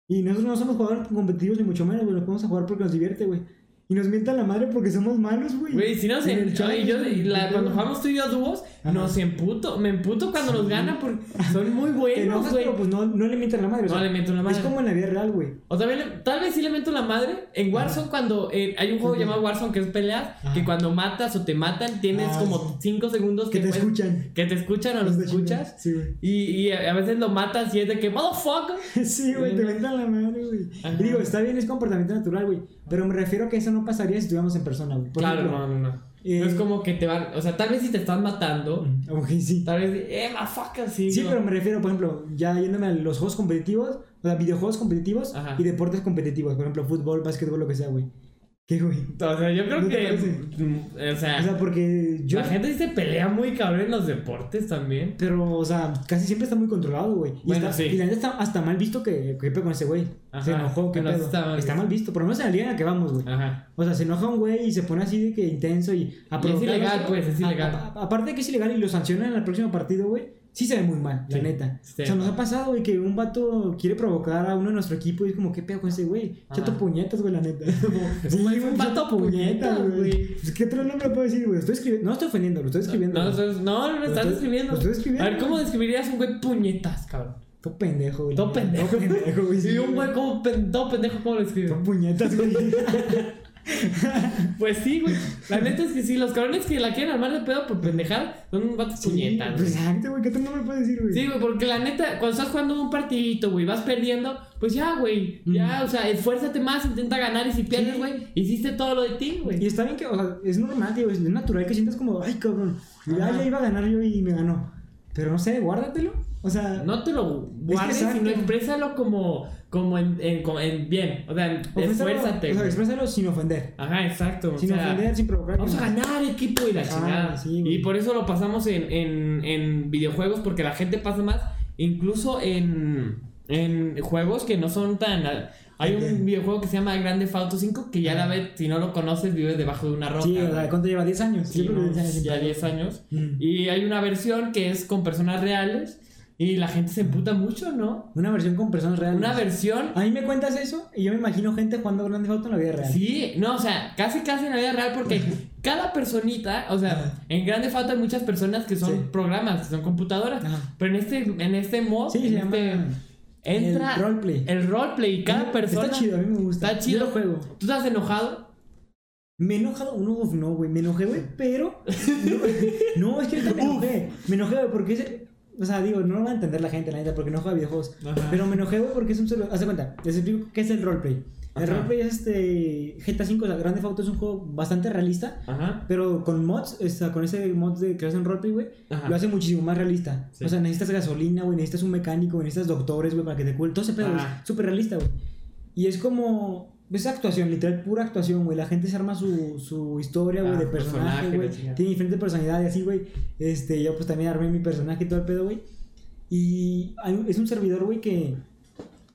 Y nosotros no somos jugadores competitivos ni mucho menos, güey. Nos vamos a jugar porque nos divierte, güey. Y nos mientan la madre porque somos malos, güey.
Güey, si no se.
En el chat,
Ay, yo,
güey,
la-
¿qué
cuando
pedo?
jugamos tú y yo a dúos,
Ajá.
nos emputo. Me emputo cuando nos gana porque son muy
Te
buenos,
enojas,
güey.
pero pues no, no le mientan la madre. o
No
sea,
le meto la madre.
Es como en la vida real, güey.
O también, le- tal vez sí le meto la madre. En Warzone, cuando eh, hay un juego
Ajá.
llamado Warzone que es peleas,
Ajá.
que cuando matas o te matan, tienes
Ah,
como 5 segundos
Que te
puedes-
escuchan.
que te escuchan o los
Los de chingar.
escuchas.
Sí, güey.
Y, y a a veces lo matas y es de que, motherfucker.
Sí, güey, te mientan la madre, güey.
Ajá.
Y Digo, está bien, es comportamiento natural, güey. Pero me refiero a que eso no pasaría si estuviéramos en persona, güey. Por
Claro,
ejemplo,
no, no, no.
eh,
No es como que te van. O sea, tal vez si te están matando,
Ok, sí.
Tal vez, eh, motherfucker, sí.
Sí,
¿no?
pero me refiero, por ejemplo, ya yéndome a los juegos competitivos, o sea, videojuegos competitivos
Ajá.
y deportes competitivos, por ejemplo, fútbol, básquetbol, lo que sea, güey. ¿Qué, güey?
O sea, yo creo
¿No te
que.
parece?
mm, O sea,
O sea, porque yo.
la gente sí se pelea muy cabrón en los deportes también.
Pero, o sea, casi siempre está muy controlado, güey. Y,
Bueno,
está-
sí.
y la neta está hasta mal visto que, que pedo con ese güey.
Ajá,
Se enojó, que
pero
pedo.
está
Está,
mal
mal, visto. Por lo menos en la liga en la que vamos, güey.
Ajá.
O sea, se enoja un güey y se pone así de que intenso y... a
Y es
provocar a
ilegal,
otro.
pues, es
A-
ilegal.
a- a- aparte de que es ilegal y lo sancionan en el próximo partido, güey, sí se ve muy mal,
Sí,
la neta.
sí.
o sea, nos ha pasado, güey, que un vato quiere provocar a uno de nuestro equipo y es como, ¿qué pedo con ese güey?
Ajá.
Chato puñetas, güey, la neta.
un
güey,
vato puñetas, güey.
Pues, ¿Qué otro nombre puedo decir, güey? Estoy escribiendo... No estoy ofendiendo, lo estoy escribiendo.
No,
güey.
no, no, no, lo estás
estoy-
describiendo.
lo estoy escribiendo,
A ver, ¿cómo
güey.
describirías un güey puñetas, cabrón?
Todo pendejo, güey. la
Todo
neta.
pendejo.
Todo pendejo, güey.
Sí,
sí,
un güey como pen- todo pendejo, ¿cómo lo
Todo
describes?
puñetas, güey.
Pues sí, güey. La neta es que sí, los cabrones que la quieren armar de pedo por pendejar son un vato
Sí,
puñetas,
pues,
güey.
Exacto, güey. ¿Qué tú no me puedes decir, güey?
Sí, güey, porque la neta, cuando estás jugando un partidito, güey, vas perdiendo, pues ya, güey, ya, o sea, esfuérzate más, intenta ganar y si pierdes,
Mm. Sí.
güey, hiciste todo lo de ti, güey.
Y está bien que, o sea, es normal, tío, es natural que sientas como, ay, cabrón, ya,
Ajá.
ya iba a ganar yo y me ganó. Pero no sé, guárdatelo. O sea,
No te lo guardes,
exacto.
sino exprésalo como, como en, en- como en bien, o sea,
ofrécelo-
esfuérzate,
O sea,
güey.
exprésalo sin ofender.
Ajá, exacto. o
sin
sea,
ofender, sin provocar.
Vamos a ganar equipo y la
Ajá,
chingada.
Ah, sí, güey.
y por eso lo pasamos en, en, en videojuegos, porque la gente pasa más, incluso en, en juegos que no son tan... ah, Hay
Ok.
un videojuego que se llama Grande Fauto 5, que ya la vez, si no lo conoces, vives debajo de una roca.
Sí,
güey.
o sea, ¿cuánto lleva? ¿10 años?
Sí,
Yo creo que
¿no?
10 años sin
ya
provocar.
10 años.
Mm.
Y hay una versión que es con personas reales y la gente se emputa mucho, ¿no?
Una versión con personas reales.
Una versión...
A mí me cuentas eso y yo me imagino gente jugando Grand Theft Auto en la vida real.
Sí, no, o sea, casi casi en la vida real porque cada personita, o sea,
Ajá.
en grande falta hay muchas personas que son
Sí.
programas, que son computadoras,
Ajá.
pero en este en este mod
Sí, se
en este-
llama
entra
el roleplay.
el roleplay y cada persona
Está chido, a mí me gusta.
Está chido.
Yo lo juego.
¿Tú estás enojado?
Me he enojado, no, uf, no, güey, me enojé, güey, pero... No, no, es que ahorita me enojé, me enojé, güey, porque es... O sea, digo, no lo va a entender la gente, la neta, porque no juega videojuegos.
Ajá.
Pero me enojé, güey, porque es un celular... Haz de cuenta, les explico qué es el roleplay. El
Ajá.
roleplay es este... GTA V, o sea, Grand Theft Auto es un juego bastante realista,
Ajá.
pero con mods, o sea, con ese mod de que hacen roleplay, güey,
Ajá.
lo hace muchísimo más realista.
Sí.
O sea, necesitas gasolina, güey, necesitas un mecánico, güey, necesitas doctores, güey, para que te cure. Todo ese pedo güey,
Ajá.
es súper realista, güey. Y es como. Es actuación, literal, pura actuación, güey. La gente se arma su, su historia, güey,
Ah,
de
su
personaje,
personaje,
güey.
la chingada.
Tiene diferente personalidad y así, güey. Este, yo pues también armé mi personaje y todo el pedo, güey. Y hay un- es un servidor, güey, que.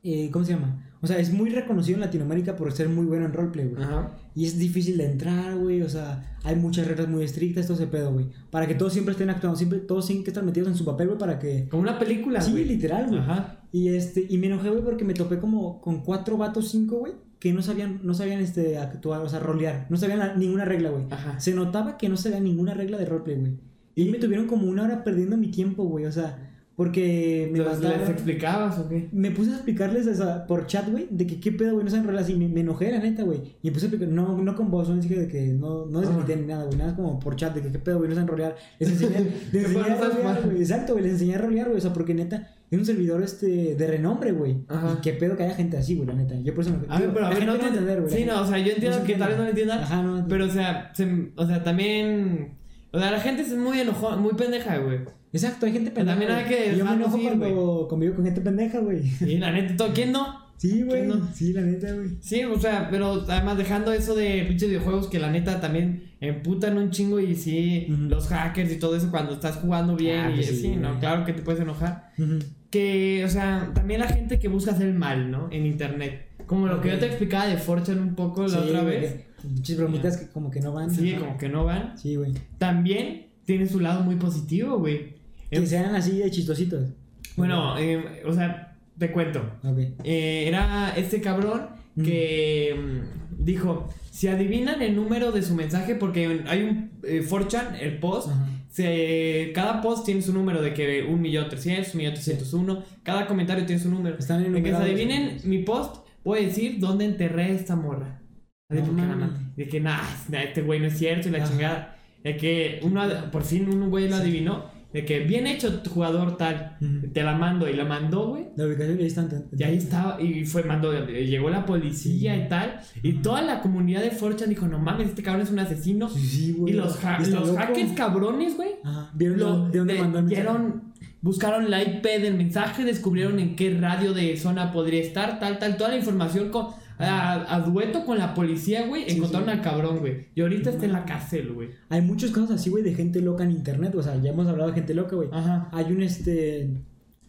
eh, ¿Cómo se llama? O sea, es muy reconocido en Latinoamérica por ser muy bueno en roleplay, güey.
Ajá.
Y es difícil de entrar, güey. O sea, hay muchas reglas muy estrictas, todo ese pedo, güey. Para que todos siempre estén actuando, siempre, todos tienen que estar metidos en su papel, güey, para que.
Como una película,
Sí,
güey.
literal, güey.
Ajá.
Y este, y me enojé, güey, porque me topé como con cuatro vatos, cinco, güey, que no sabían, no sabían este actuar, o sea, rolear. No sabían la- ninguna regla, güey.
Ajá.
Se notaba que no sabía ninguna regla de roleplay, güey. Y me tuvieron como una hora perdiendo mi tiempo, güey. O sea, porque me
Entonces, ¿Les
mandaron-
explicabas o qué?
me puse a explicarles o sea, por chat, güey, de que qué pedo, güey, no saben reglas. Y me, me enojé, la neta, güey. Y me puse a explicar, no, no con vos, no dije de que no, no les
Ajá.
grité ni nada, güey. Nada más como por chat, de que qué pedo, güey, no saben rolear. Les enseñé, les enseñé a
Bueno, sabes
rolear,
jugar.
güey. Exacto, güey, les enseñé a rolear, güey. O sea, porque neta, es un servidor este de renombre, güey.
Ajá.
Y qué pedo que haya gente así, güey, la neta. Yo por eso me.
A ver,
digo,
Ah, pero a
la
ver,
gente
no
va a
te-
entender, güey. la
Sí,
gente-
no, o sea, yo entiendo
se
que tal vez no lo
entiende.
entiendan.
Ajá, no.
Pero, o sea, se- o sea, también. O sea, la gente es muy enojona, muy pendeja, güey.
Exacto, hay gente
Pero
pendeja.
también hay
güey.
que
Yo me
dejarlos
enojo
ir,
cuando convivo con gente pendeja, güey.
Y la neta, ¿todo quién no?
Sí, güey.
no?
Sí, la neta, güey.
Sí, o sea, pero además dejando eso de pinches videojuegos que la neta también emputan un chingo y sí,
Ujú.
los hackers y todo eso cuando estás jugando bien
Ah,
y
pues
sí,
sí, güey.
¿no? Claro que te puedes enojar.
Ujú.
Que, o sea, también la gente que busca hacer el mal, ¿no? En internet. Como lo que
Ok.
yo te explicaba de Fortune un poco la
Sí,
otra
güey,
vez.
que- Muchas bromitas que como que no van.
Sí,
Ajá.
como que no van.
Sí, güey.
También tiene su lado muy positivo, güey.
Que sean así de chistositos.
Em. Bueno, eh, o sea, te cuento.
Ok.
Eh, era este cabrón que mm, dijo, si adivinan el número de su mensaje, porque en- hay un eh, 4chan, el post,
Ajá.
se- cada post tiene su número de que 1.300.000, 1.301, cada comentario tiene su número.
Están en
De que se
número
adivinen mi post, voy a decir dónde enterré esta morra. Así
No
porque nada
mames.
más, De que nada, este güey no es cierto y la
Ajá.
chingada. De que uno, ad- por fin un güey lo
Sí.
adivinó. De que bien hecho tu jugador tal.
Ujú.
Te la mando y la mandó, güey.
La ubicación y ahí están.
Y ahí estaba, y fue, mandó, llegó la policía y tal. Y toda la comunidad de Forchan dijo, no mames, este cabrón es un asesino.
Sí, güey.
y los, ha-
¿Y está
los
loco?
hackers cabrones, güey.
Ajá. ¿Vieron
lo-
de dónde
de-
mandó el mensaje?
dieron- Buscaron la IP del mensaje, descubrieron en qué radio de zona podría estar, tal, tal. Toda la información con, a, a dueto con la policía, güey.
Sí,
encontraron
sí.
al cabrón, güey. Y ahorita está en la cárcel, güey.
Hay muchos casos así, güey, de gente loca en internet. O sea, ya hemos hablado de gente loca, güey.
Ajá.
Hay un este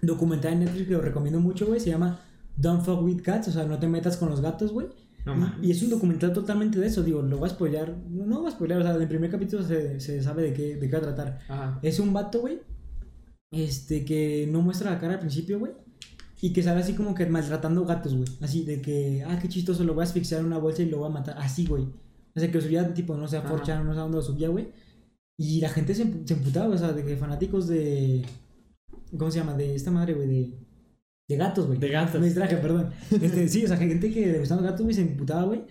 documental en Netflix que lo recomiendo mucho, güey. Se llama Don't Fuck With Cats. O sea, no te metas con los gatos, güey.
No
Y-
mames.
y es un documental totalmente de eso. Digo, lo voy a spoilear. No, no voy a spoilear. O sea, en el primer capítulo se, se sabe de qué, de qué va a tratar.
Ajá.
Es un vato, güey. Este, que no muestra la cara al principio, güey. Y que sale así como que maltratando gatos, güey. Así de que, ah, qué chistoso, lo voy a asfixiar en una bolsa y lo voy a matar. Así, güey. O sea, que lo subía, tipo, no sé, a
Ajá.
4chan, no sé a dónde lo subía, güey. Y la gente se, empu- se emputaba, o sea, de que fanáticos de. ¿Cómo se llama? De esta madre, güey, de. De gatos, güey.
De gatos.
Me distraje, perdón. Este, sí, o sea, gente que le gustaban los gatos, güey, se emputaba, güey.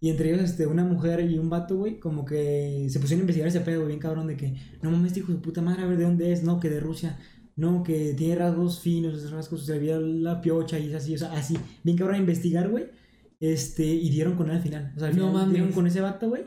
Y entre ellos, este, una mujer y un vato, güey, como que se pusieron a investigar ese pedo, güey, bien cabrón, de que, no mames, este hijo de puta madre, a ver de dónde es, no, que de Rusia, no, que tiene rasgos finos, rasgos, se le veía la piocha y es así, o sea, así, bien cabrón a investigar, güey, este, y dieron con él al final, o sea, al
No
final
mames.
dieron con ese vato, güey.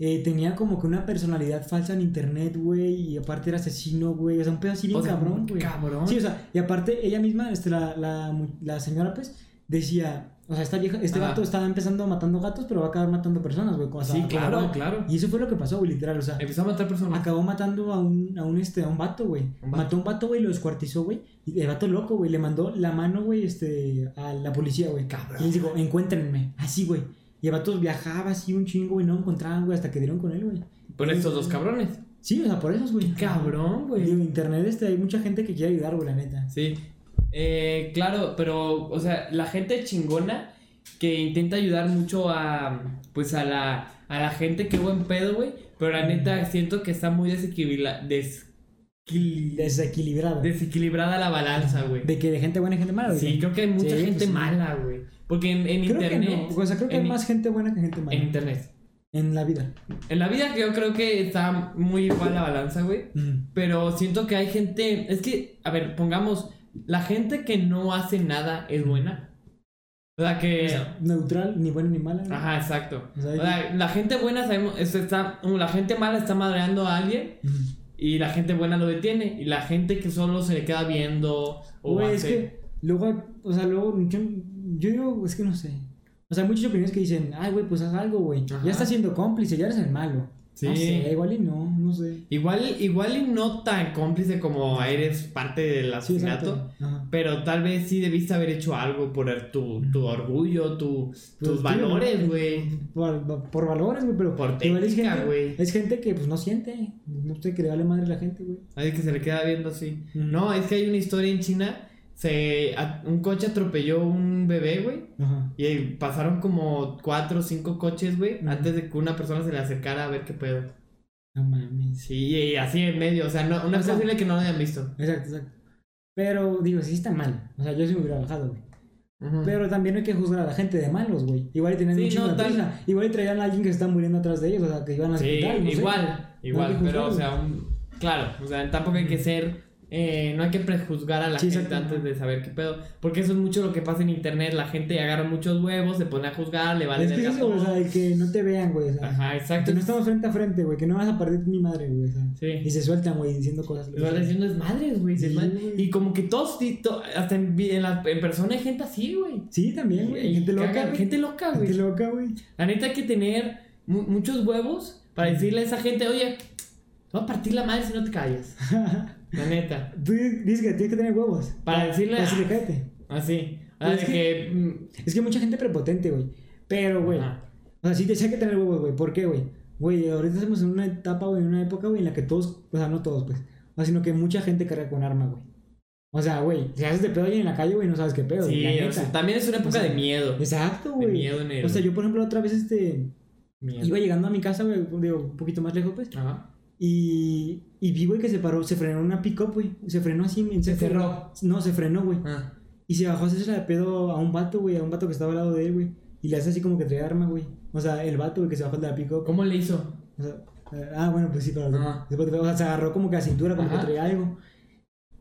Eh, tenía como que una personalidad falsa en internet, güey, y aparte era asesino, güey, o sea, un pedo así bien
O sea,
cabrón, güey.
Cabrón.
Sí, o sea, y aparte ella misma, este, la, la, mu- la señora, pues, decía, o sea, esta vieja, este
Ajá.
gato estaba empezando matando gatos, pero va a acabar matando personas, güey. o sea,
Sí, claro, Eh,
acababa-
claro.
Y eso fue lo que pasó, güey, literal, o sea,
Empezó a matar personas.
acabó matando a un, a un, este, a un vato, güey.
Un vato.
Mató a un vato, güey, lo descuartizó, güey. Y el vato loco, güey, le mandó la mano, güey, este, a la policía, güey.
Cabrón.
Y les dijo, encuéntrenme, así, güey. Y el vato viajaba así un chingo, güey, no lo encontraban, güey, hasta que dieron con él, güey.
Por estos dos cabrones.
Sí, o sea, por eso, güey.
Cabrón, güey.
Digo, internet, este, hay mucha gente que quiere ayudar, güey, la neta.
Sí. Eh, claro, pero, o sea, la gente chingona que intenta ayudar mucho a, pues, a la, a la gente que buen pedo, güey. Pero la neta siento que está muy desequilibra- desquil-
Desequilibrado.
desequilibrada la balanza, güey.
De que de gente buena y gente mala, güey.
Sí, creo que hay mucha
Sí, pues
gente
sí.
mala, güey. Porque en, en
Creo
internet...
que no. pues, O sea, creo que
en-
hay más gente buena que gente mala.
En
En,
internet.
la vida.
En la vida yo creo que está muy igual la balanza, güey.
Mm.
Pero siento que hay gente. Es que, a ver, pongamos. La gente que no hace nada es buena. O sea que.
O sea, neutral, ni buena ni mala. güey.
Ajá, exacto.
O sea,
O sea, la gente buena sabemos. eso está, uh, la gente mala está madreando a alguien.
Mm.
Y la gente buena lo detiene. Y la gente que solo se le queda viendo. O
Güey, es
hace-
que luego, o sea, luego yo, yo digo, es que no sé. O sea, hay muchas opiniones que dicen, ay, güey, pues haz algo, güey.
Ajá.
Ya estás siendo cómplice, ya eres el malo.
Sí.
No sé, igual y no, no sé.
Igual, igual y no tan cómplice como eres parte del
Sí,
asesinato.
exacto. Ajá.
Pero tal vez sí debiste haber hecho algo por tu, tu orgullo, tu,
Pues
tus
sí,
valores,
¿no?
güey.
Por, por valores, güey, pero
Por
igual es
técnica,
gente-
güey.
Es gente que pues no siente. No sé que le vale madre a la gente, güey.
Alguien que se le queda viendo así. No, es que hay una historia en China. Se, a- un coche atropelló un bebé, güey.
Ajá.
Y ahí pasaron como cuatro o cinco coches, güey.
Ujú.
Antes de que una persona se le acercara a ver qué pedo.
No mames.
Sí, y así en medio. O sea, no, no
O
es
sea-
posible que no lo hayan visto.
Exacto, exacto. Pero digo, sí está mal. O sea, yo sí me hubiera bajado, güey.
Ujú.
Pero también no hay que juzgar a la gente de malos, güey. Igual y tenían
Sí,
un chingo
no,
de
tal-
prisa. Igual y traían a alguien que se está muriendo atrás de ellos, o sea, que iban a
Sí,
hospital, no sé.
igual,
No
igual,
hay que
pero o
juzgarlo.
sea, un- claro, o sea, tampoco hay que ser, eh, no hay que prejuzgar a la
Sí,
gente
exacto.
antes de saber qué pedo, porque eso es mucho lo que pasa en internet, la gente agarra muchos huevos, se pone a juzgar, le vale
Es que
verga
es eso, o
todo.
sea, el que no te vean, güey. O sea,
Ajá, exacto.
que no estamos frente a frente, güey. Que no vas a perder ni madre, güey. O sea.
Sí.
Y se sueltan, güey, diciendo cosas.
Lo van diciendo es madres, güey.
Sí,
desmadres.
güey.
Y como que todos, sí, to- hasta en, vi- en la- en persona hay gente así, güey.
Sí, también, güey.
Y-
Gente
y
loca,
cagan,
güey.
Gente loca, güey.
Gente loca, güey.
La neta hay que tener mu- muchos huevos para decirle a esa gente, oye, te voy a partir la madre si no te callas. La neta.
Tú dices que tienes que tener huevos.
Para decirle-
Para decirle, cállate.
Así. O sea,
pues, Es
de
que-
que. mm,
Es que hay mucha gente prepotente, güey. Pero, güey.
ajá.
O sea, sí, te- sí hay que tener huevos, güey. ¿Por qué, güey? Güey, ahorita estamos en una etapa, güey, en una época, güey, en la que todos, o sea, no todos, pues, o sea, sino que mucha gente carga con arma, güey. O sea, güey, si haces de pedo ahí en la calle, güey, no sabes qué pedo,
Sí,
la
o
neta.
sea, también es una época
O sea,
de miedo.
Exacto,
de
güey.
miedo en el.
O sea, yo, por ejemplo, otra vez, este,
miedo.
iba llegando a mi casa, güey, digo, un poquito más lejos, pues,
Ajá.
y, y vi, güey, que se paró, se frenó una pick-up, güey, se frenó así, en
Se
seco.
cerró.
No, se frenó, güey.
Ah.
Y se bajó a hacerse la de pedo a un vato, güey, a un vato que estaba al lado de él, güey. Y le hace así como que trae arma, güey. O sea, el vato, güey, que se bajó de la pick-up.
¿Cómo le hizo?
O sea, eh, ah, bueno, pues sí, pero
Ajá.
después de- o sea, se agarró como que la cintura, como
Ajá.
que traía algo.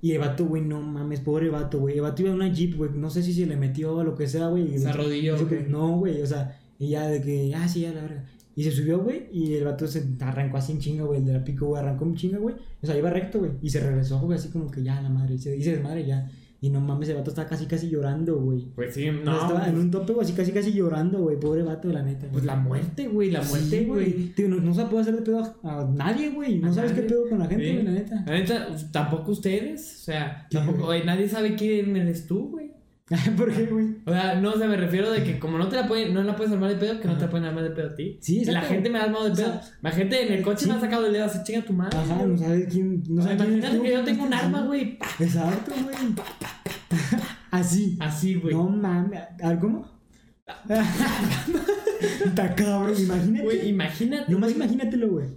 Y el vato, güey, no mames, pobre vato, güey. El vato iba en una jeep, güey. No sé si se le metió o lo que sea, güey. y
Se
de-
arrodilló.
dice que
güey.
No, güey, o sea, y ya de que, ah, sí, ya la verga. Y se subió, güey, y el vato se arrancó así en chinga, güey. El de la pico, güey, arrancó en chinga, güey. O sea, iba recto, güey. Y se regresó, güey, así como que ya, la madre. Y se dice, madre, ya. Y no mames, el vato está casi, casi llorando, güey.
Pues sí,
No,
no.
estaba en un tope, güey, así, casi, casi llorando, güey. Pobre vato, la neta.
Pues la muerte, güey. La muerte,
Sí,
güey.
Tío, no, no se puede hacer de pedo a, a nadie, güey.
A
No sabes qué
nadie.
pedo con la gente,
Sí.
güey, la neta.
La neta, pues, tampoco ustedes. O sea,
Sí,
tampoco.
güey.
oye, nadie sabe quién eres tú, güey.
¿Por qué, güey?
O sea, no, o sea, me refiero de que como no te la pueden, no la puedes armar de pedo, que no te
Ajá.
la pueden armar de pedo a ti.
Sí,
Y la
exacto.
gente me ha armado de
O
pedo.
sea,
la gente en el coche me ha
sí.
sacado el dedo así, chinga tu madre.
Ajá, no sabes quién. No
O
sabes
sea,
quién
imagínate
eres tú,
que yo
güey,
tengo un
no
arma,
sabes-
güey. pa,
Exacto, güey. Así.
Así, güey.
No mames. ¿A ver cómo? Está cabrón, imagínate.
Güey, imagínate.
Nomás
güey.
imagínatelo, güey.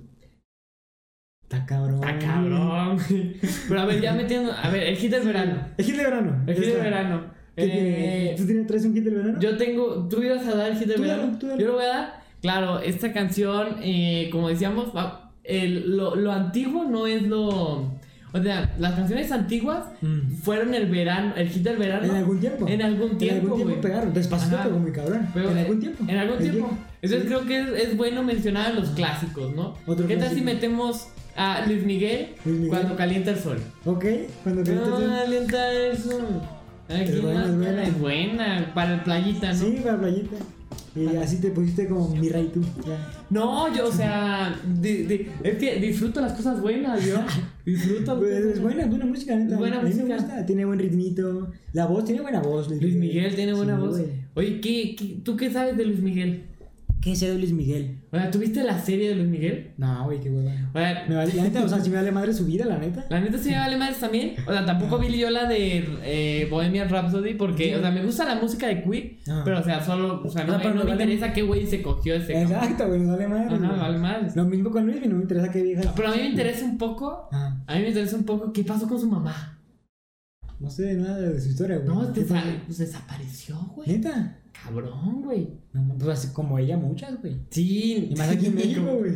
Está cabrón.
Está cabrón. güey. Pero a ver, ya metiendo. A ver, el hit del verano.
El hit de verano.
El hit del
Está.
verano.
¿Qué tiene?
Eh,
¿Tú tienes, traes un hit de verano?
yo tengo. Tú ibas a dar el hit del
Tú dalo,
verano.
tú dalo.
Yo lo voy a dar. Claro, esta canción, eh, como decíamos, va- el- lo, lo antiguo no es lo... O sea, las canciones antiguas
Mm.
fueron el verano, el hit del verano.
En algún tiempo.
En algún tiempo,
En algún tiempo
güey.
pegaron. Despacito,
Ajá.
pero muy cabrón.
Pero,
en
eh,
algún tiempo.
En algún
Es
tiempo.
bien.
Entonces
Sí.
creo que es, es bueno mencionar a los clásicos, ¿no?
Otro
¿Qué tal si
clásico.
metemos a Luis Miguel,
Luis Miguel.
cuando calienta el sol?
Ok, cuando
No,
calientes el-
calienta el sol. Aquí
Es buena,
más
es buena.
es buena, para el playita, ¿no?
Sí, para playita. Y así te pusiste como mi rey tú. Ya.
No, yo, o sea, di- di- es que disfruto las cosas buenas, yo. Disfruto. las
Pues
cosas
es buena, es buena música, neta.
Es buena
A mí me
música.
gusta, tiene buen ritmito. La voz, tiene buena voz.
Luis Miguel tiene buena
Sí,
voz.
güey.
Oye, ¿qué, qué, tú qué sabes de Luis Miguel?
¿Qué sé de Luis Miguel?
O sea, ¿tuviste la serie de Luis Miguel?
No, güey, qué hueva.
O sea,
Me vale, la neta, o sea, si me vale madre su vida, la neta.
La neta sí me vale más también. O sea, tampoco vi yo la de eh, Bohemian Rhapsody porque, o sea, me gusta la música de Queen,
Ajá.
pero, o sea, solo, o sea, no,
No,
me-
Ah. pero
no
me
me
vale-
interesa qué güey se cogió ese. cabrón.
Exacto, güey, me vale madre.
Ajá, me
güey.
vale más.
Lo mismo con Luis, güey, no me interesa qué vieja. Ah,
Pero a mí me interesa un poco,
Ajá.
a mí me interesa un poco qué pasó con su mamá.
No sé nada de su historia, güey.
No,
¿Qué
desa-
tal?
pues desapareció, güey.
Neta.
Cabrón, güey.
No, pues así como ella, muchas, güey.
Sí.
Y más aquí en México, güey.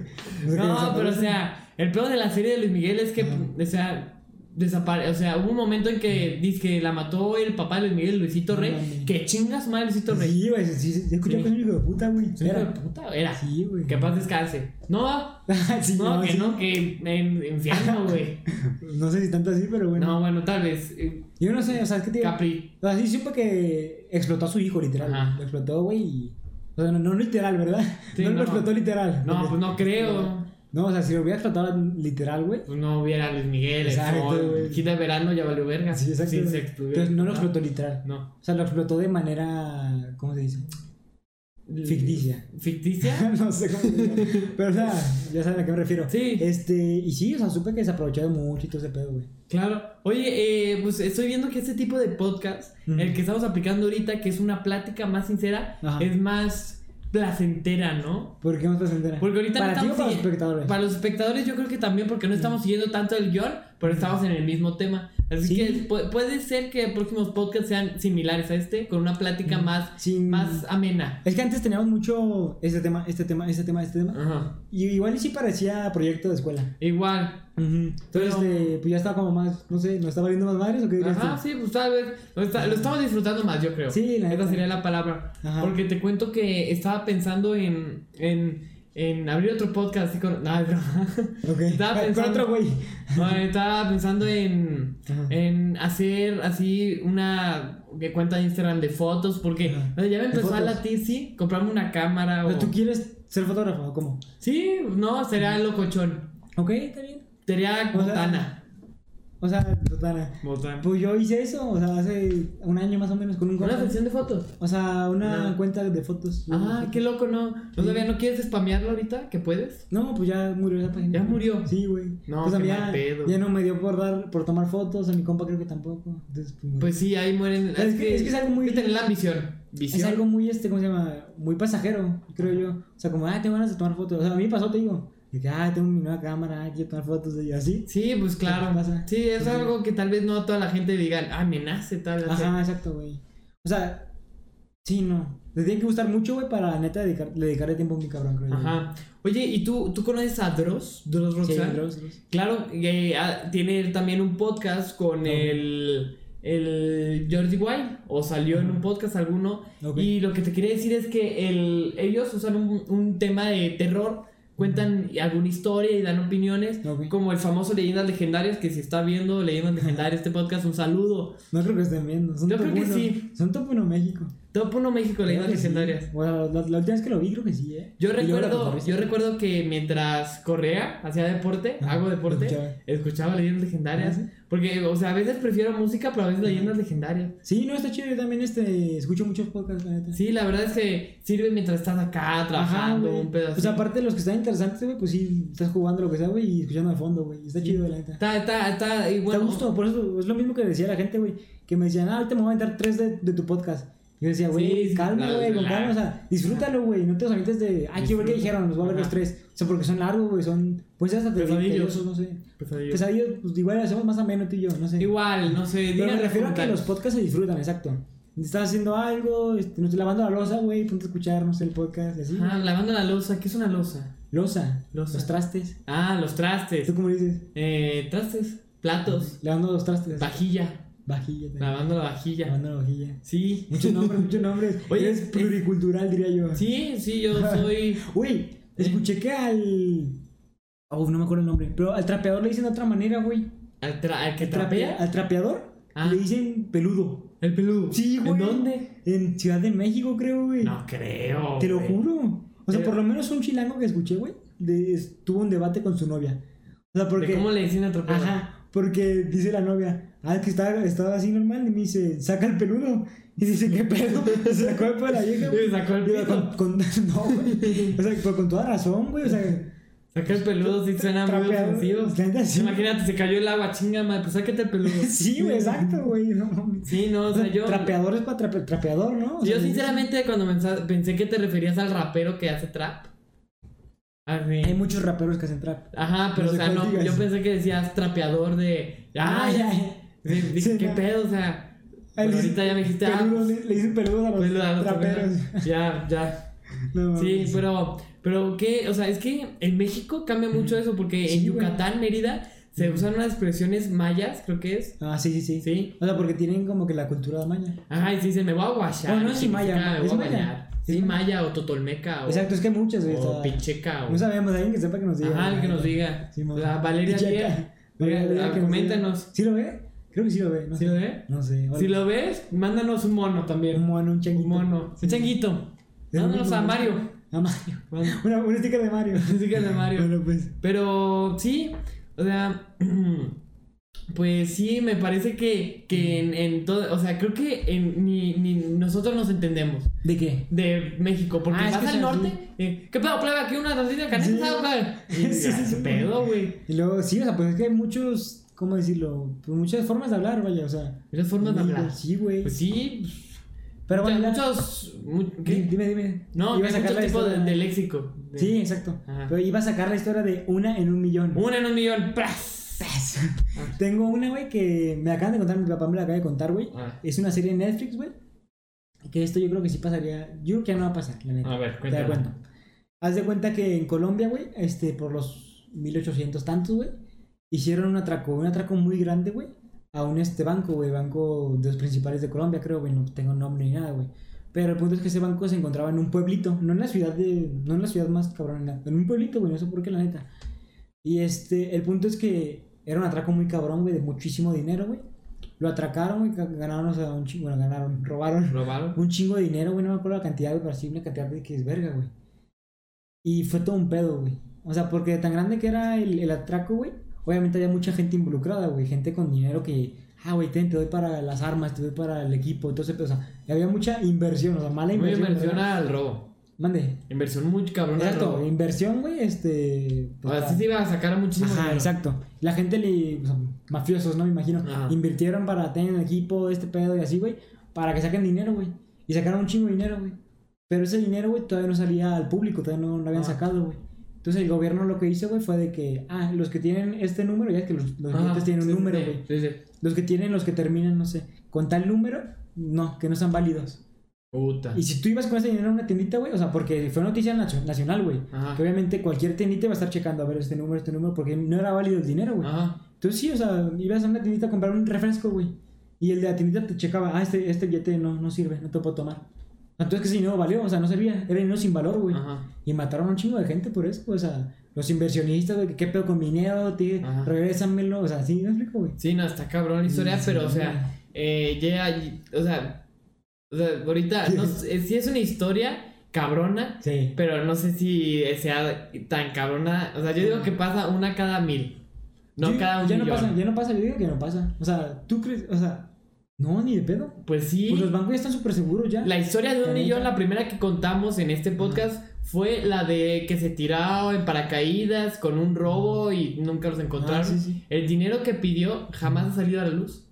O sea, que
No, pero o
desaparecen.
sea, el peor de la serie de Luis Miguel es que,
Ajá.
o sea, desapare o sea, hubo un momento en que dice que la mató el papá de Luis Miguel, Luisito
No
Rey,
mames.
que chingas mal Luisito Rey.
Sí, güey, sí, sí, sí, escuché
Sí.
que es un hijo de puta, güey.
Sí, hijo de
Era.
puta, era.
Sí, güey. Ah,
Que paz descanse. No,
Sí,
no, que
sí.
no, que en infierno, güey.
No sé si tanto así, pero bueno.
No, bueno, tal vez. eh,
Yo no sé, o sea, es que te
Capri.
O sea, sí supe que explotó a su hijo, literal.
Ajá.
Lo explotó, güey. y- O sea, no, no literal, ¿verdad?
Sí,
no,
no.
lo explotó literal.
No,
Porque-
pues no creo.
No, o sea, si lo hubiera explotado literal, güey.
Pues no hubiera Luis Miguel, el
Exacto,
sol,
güey.
el hit de verano ya valió verga.
Sí, exacto.
Sin
güey.
sexto,
Entonces no lo
¿verdad?
explotó literal.
No.
O sea, lo explotó de manera. ¿Cómo se dice? Ficticia.
¿Ficticia?
no sé cómo. se dice. Pero, o sea, ya saben a qué me refiero.
Sí.
Este, y sí, o sea, supe que se aprovechó de mucho y todo ese pedo, güey.
Claro. Oye, eh, pues estoy viendo que este tipo de podcast,
Ujú.
el que estamos aplicando ahorita, que es una plática más sincera,
Ajá.
es más placentera, ¿no?
¿Por qué no estás entera?
Porque ahorita
para
no
ti o
estamos
para los
sigui-
espectadores.
Para los espectadores yo creo que también porque no estamos siguiendo tanto el guión, pero estamos en el mismo tema. Así
Sí.
que pu- puede ser que próximos podcasts sean similares a este, con una plática más,
Sin-
más amena.
Es que antes teníamos mucho este tema, este tema, este tema, este tema.
Ajá.
Y igual y sí parecía proyecto de escuela.
Igual.
Entonces,
Pero-
este, pues ya estaba como más, no sé, ¿nos está valiendo más madres o qué dirías
Ajá,
tú?
sí, pues tal vez. Lo, está- lo estamos disfrutando más, yo creo.
Sí, la
Esa
neta.
sería la palabra.
Ajá.
Porque te cuento que estaba pensando en, en, en abrir otro podcast así con. No, es broma.
Ok.
Estaba
Con-
pensando-
Con otro güey.
No, estaba pensando en,
Ajá.
en hacer así una que cuenta de Instagram de fotos, porque
Ajá.
o sea, ya me
De
empezó a
fotos.
latir, sí, comprarme una cámara o...
Pero tú quieres ser fotógrafo o cómo?
Sí, no, sería locochón.
Ok, está bien.
Sería
sea-
botana.
O sea, Totana.
Botana.
Pues yo hice eso, o sea, hace un año más o menos con un
Una
compa.
sección de fotos.
O sea, una
Ajá.
cuenta de fotos.
Ah, qué loco, ¿no?
Sí.
¿No sabía, no quieres spamearlo ahorita? ¿Que puedes?
No, pues ya murió esa página.
¿Ya murió?
Sí, güey.
No,
Entonces,
qué
ya-
mal pedo.
Ya no me dio por dar, por tomar fotos, a mi compa creo que tampoco. Entonces, pues, murió.
Pues sí, ahí mueren.
Es que- es que es algo muy-
Hay que tener la ambición.
Es
Visión.
algo muy, este, ¿cómo se llama? Muy pasajero, creo yo. O sea, como, ah, tengo ganas de tomar fotos. O sea, a mí me pasó, te digo, de que, ah, tengo mi nueva cámara, ah, quiero tomar fotos y así.
Sí, pues claro.
pasa?
Sí, es
Ujú.
algo que tal vez no toda la gente diga, ah, me nace tal vez.
Ajá, exacto, güey. O sea, sí, no. Te tiene que gustar mucho, güey, para neta dedicar, le dedicarle tiempo a mi cabrón, creo yo.
Ajá. Oye, ¿y tú, tú conoces a Dross? Dross
Sí,
Roxanne.
Dross, Dross.
Claro, eh, ah, tiene él también un podcast con
Ok.
el, el George Wild, o salió en un podcast alguno.
Ok.
Y lo que te quería decir es que el, ellos usan un, un tema de terror, cuentan alguna historia y dan opiniones,
Ok.
como el famoso Leyendas Legendarias, que si está viendo Leyendas Legendarias este podcast, un saludo.
No creo que estén viendo. Son
Yo
top
creo que
uno.
sí.
Son top uno México.
Top 1 México, Leyendas
Creo que sí.
Legendarias.
O sea, la, la última vez que lo vi, creo que sí, ¿eh?
Yo
Y luego la
recuerdo,
cotorriza.
yo recuerdo que mientras corría, hacía deporte,
Ajá,
hago deporte,
escuchaba. Ah,
escuchaba. leyendas legendarias.
Ajá,
Porque, o sea, a veces prefiero música, pero a veces leyendas legendarias.
Sí, no, está chido. Yo también este, escucho muchos podcasts, la neta.
Sí, la verdad es que sirve mientras estás acá trabajando,
Ajá, güey.
un pedazo.
Pues aparte de los que están interesantes, güey, pues sí, estás jugando lo que sea, güey, y escuchando al fondo, güey. Está chido, la neta.
Está, está, está, y
Te
bueno.
gusto, por eso es lo mismo que decía la gente, güey, que me decían, ah, ahorita me voy a entrar tres de, de tu podcast. Y yo decía, güey,
Sí, sí,
calma,
la-
güey, con
la-
calma, o sea, disfrútalo, güey, no te los avientes de, ah, quiero ver qué
Disfruta.
dijeron, los voy a ver
Ajá.
los tres. O sea, porque son largos, güey, son, pues hasta te
Pesadillos.
tediosos, no sé.
Pesadillo.
Pesadillos, pues igual lo hacemos más ameno tú y yo, no sé.
Pues Igual, no
Pues,
sé,
Pero
digan
me refiero a que
comentarios.
los podcasts se disfrutan, exacto. estás haciendo algo, este, no estoy lavando la losa, güey, ponte a escuchar, no sé, el podcast, y así.
Ah, lavando la losa. ¿Qué es una losa?
Losa,
Losa.
los trastes.
Ah, los trastes.
¿Tú cómo le dices?
Eh, trastes. Platos.
Lavando los trastes.
Vajilla.
Vajilla. también.
Lavando la vajilla.
Lavando la vajilla.
Sí.
Muchos nombres, muchos nombres.
Oye,
Eres
es-
pluricultural, diría yo.
Sí, Eh. sí, yo soy.
Uy, escuché que al. Oh, no me acuerdo el nombre. Pero al trapeador le dicen de otra manera, güey.
¿Al, tra- al que
Al trape-
trapea?
Al trapeador
Ah.
le dicen peludo.
El peludo.
Sí, güey.
¿En dónde?
En Ciudad de México, creo, güey.
No creo.
Te lo
güey.
juro. O sea,
Pero-
por lo menos un chilango que escuché, güey, de- es- tuvo un debate con su novia. O sea,
¿De
porque.
¿Cómo le dicen atropellar?
Ajá, porque dice la novia, ah, que estaba, estaba así normal. Y me dice, saca el peludo. Y dice, ¿qué pedo? Se sacó el pedo de la vieja, güey.
Y sacó el
Y yo, con-
pito.
con- no, güey. O sea, pero con toda razón, güey. O sea,
Saca el peludo, sí suena muy
trapeador,
ofensivo.
la neta, sí.
Imagínate, se cayó el agua, chinga madre, pues sáquete el peludo.
sí, güey, exacto, güey. No, mames.
Sí, no, o sea, yo.
Trapeador es para trape- trapeador, ¿no? O sea,
Yo sinceramente cuando mensa- pensé que te referías al rapero que hace trap. Así.
Hay muchos raperos que hacen trap.
Ajá, pero
no sé
o sea,
cuál
no,
digas.
yo pensé que decías trapeador de. Ah, ya. Sí, Dije,
Sí,
¿qué
no.
pedo? O sea.
Ay,
pero
le-
ahorita ya me dijiste, ah,
Peludo, le, le dicen peludo a los
pues, a los
traperos.
traperos. Ya, ya.
No,
Sí,
mames.
pero, pero qué, o sea, es que en México cambia mucho eso, porque en
Sí, güey.
Yucatán, Mérida, se usan unas expresiones mayas, creo que es.
Ah, sí, sí, sí.
Sí.
O sea, porque tienen como que la cultura de maña.
Ajá, y se dicen, me voy a guachar.
Bueno, no es
y significa,
maya,
me voy
es
a
maya.
bañar.
Es
Sí, maya o totolmeca o,
Exacto, es que hay muchas, güey.
o
o sea,
picheca o.
no sabemos, alguien que sepa que nos diga.
oh, Ajá, el que nos diga.
Sí, mo-
La Valeria
Checa.
Díaz.
Valeria
Oiga,
Díaz que nos
coméntanos.
diga. ¿Sí lo ve? Creo que sí lo ve. No
¿Sí
sé.
lo ves?
No sé.
Si lo ves, mándanos un mono
Un
también.
mono, un changuito.
Un mono. Un changuito.
Es
Mándanos
muy
a
bueno.
Mario.
A Mario.
Bueno,
Una, un sticker de Mario.
Música de Mario.
Bueno, pues.
Pero sí, o sea, pues sí, me parece que, que en, en todo, o sea, creo que en- ni, ni nosotros nos entendemos
¿De qué?
de México, porque
Ah, es
vas
que
al
es así.
norte, eh, ¿qué pedo, plaga? ¿Aquí una tortilla de
Sí.
canasta? o qué?"
Sí,
Y,
sí,
"Ah,
sí.
¿qué pedo, güey?
Y luego, sí, o sea, pues es que hay muchos, ¿cómo decirlo? Pues muchas formas de hablar, vaya, o sea.
Esas formas de
Sí,
hablar.
güey, Sí, güey.
Pues sí,
Pero bueno, ya-
muchos, mu- ¿qué?
Dime, dime.
No,
Iba
hay
sacar
muchos
la
tipos de,
historia-
de léxico. De-
Sí, exacto.
Ajá.
Pero iba a sacar la historia de una en un millón.
Una en un millón, ¡pras!
Paz. Tengo una, güey, que me acaban de contar, mi papá me la acaba de contar, güey.
Ah,
Es una serie de Netflix, güey. Que esto yo creo que sí pasaría. Yo creo que ya no va a pasar, la neta.
A ver,
Te das
cuéntame.
cuenta. Haz de cuenta que en Colombia, güey, este, por los 1800 tantos, güey, hicieron un atraco, un atraco muy grande, güey, a un este banco, güey, banco de los principales de Colombia, creo, güey, no tengo nombre ni nada, güey. Pero el punto es que ese banco se encontraba en un pueblito, no en la ciudad de, no en la ciudad más cabrón, en, la- en un pueblito, güey, no sé por qué, la neta. Y este, el punto es que era un atraco muy cabrón, güey, de muchísimo dinero, güey. Lo atracaron, güey, ga- ganaron, o sea, un chingo, bueno, ganaron, robaron
¿Robaron?
un chingo de dinero, güey, no me acuerdo la cantidad, güey, pero sí una cantidad de que es verga, güey. Y fue todo un pedo, güey. O sea, porque tan grande que era el, el atraco, güey, obviamente había mucha gente involucrada, güey, gente con dinero que, ah, güey, ten, te doy para las armas, te doy para el equipo, entonces, o sea, había mucha inversión, o sea, mala
Muy
inversión.
inversión
¿verdad?
al robo.
Mande.
Inversión muy cabrón al
Exacto,
robo.
inversión, güey, este...
O
pues,
sea, sí se iba a sacar muchísimo
Ajá,
dinero.
exacto. La gente le. o sea, mafiosos, ¿no? Me imagino.
Ajá.
Invirtieron para tener un equipo, este pedo y así, güey. Para que saquen dinero, güey. Y sacaron un chingo de dinero, güey. Pero ese dinero, güey, todavía no salía al público, todavía no lo habían
Ah.
sacado, güey. Entonces el gobierno lo que hizo, güey, fue de que, ah, los que tienen este número, ya que los, los
Ajá,
billetes tienen
sí,
un número,
sí,
güey.
sí, sí.
Los que tienen, los que terminan, no sé, con tal número, no, que no sean válidos.
Puta.
Y si tú ibas con ese dinero a una tiendita, güey, o sea, porque fue noticia nacio- nacional, güey.
Ajá.
Que obviamente cualquier tiendita va a estar checando a ver este número, este número, porque no era válido el dinero, güey.
Ajá.
Entonces sí, o sea, ibas a una tiendita a comprar un refresco, güey. Y el de la tiendita te checaba, ah, este, este billete no, no sirve, no te lo puedo tomar. Ah, Entonces que ese dinero valió, o sea, no servía, era dinero sin valor, güey.
Ajá.
Y mataron a un chingo de gente por eso, o sea, los inversionistas, güey, que qué pedo con mi dinero, te,
Ajá.
regrésamelo, o sea, sí, me explico, güey.
Sí, no, está cabrón la historia,
Sí,
pero, o
güey.
sea, eh, llega y- o sea, o sea, ahorita, no, sé, eh, sí es una historia cabrona,
Sí.
pero no sé si sea tan cabrona, o sea, yo digo que pasa una cada mil, no
Yo-
cada un
ya
millón.
no pasa, ya no pasa, yo digo que no pasa. O sea, tú crees, o sea, no, ni de pedo.
Pues sí,
Pues los bancos ya están súper seguros ya.
la historia de un
La neta.
millón, la primera que contamos en este podcast fue la de que se tiraba en paracaídas con un robo y nunca los encontraron.
Ah, sí, sí.
El dinero que pidió jamás ha salido a la luz.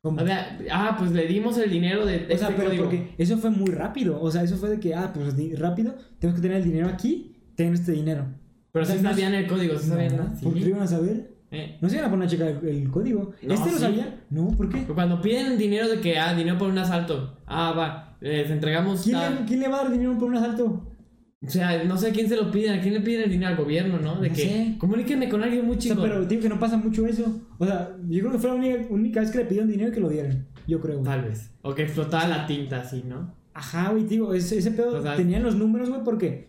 Como-
O sea, ah, pues le dimos el dinero de
O sea,
este
pero
código.
porque eso fue muy rápido. O sea, eso fue de que, ah, pues di- rápido, tenemos que tener el dinero aquí, ten este dinero.
Pero sí
o sea, no es-
sabían el código, sí sabían, ¿no?
¿Por qué
Sí.
lo iban a saber?
Eh,
No se iban a poner a checar el, el código.
No,
¿Este lo
sí.
sabía? No, ¿por qué?
Cuando piden dinero de que, ah, dinero por un asalto. Ah, va, les entregamos.
¿Quién,
tal.
le, quién le va a dar dinero por un asalto?
O sea, no sé a quién se lo piden, a quién le piden el dinero al gobierno, ¿no? De
No
que
sé.
comuníquenme con alguien muy
O sea,
chico.
pero digo que no pasa mucho eso. O sea, yo creo que fue la única, única vez que le pidieron dinero y que lo dieran. Yo creo. güey.
Tal vez. O que explotaba la tinta así, ¿no?
Ajá, güey, digo, ese, ese pedo
O sea,
tenían los números, güey, porque.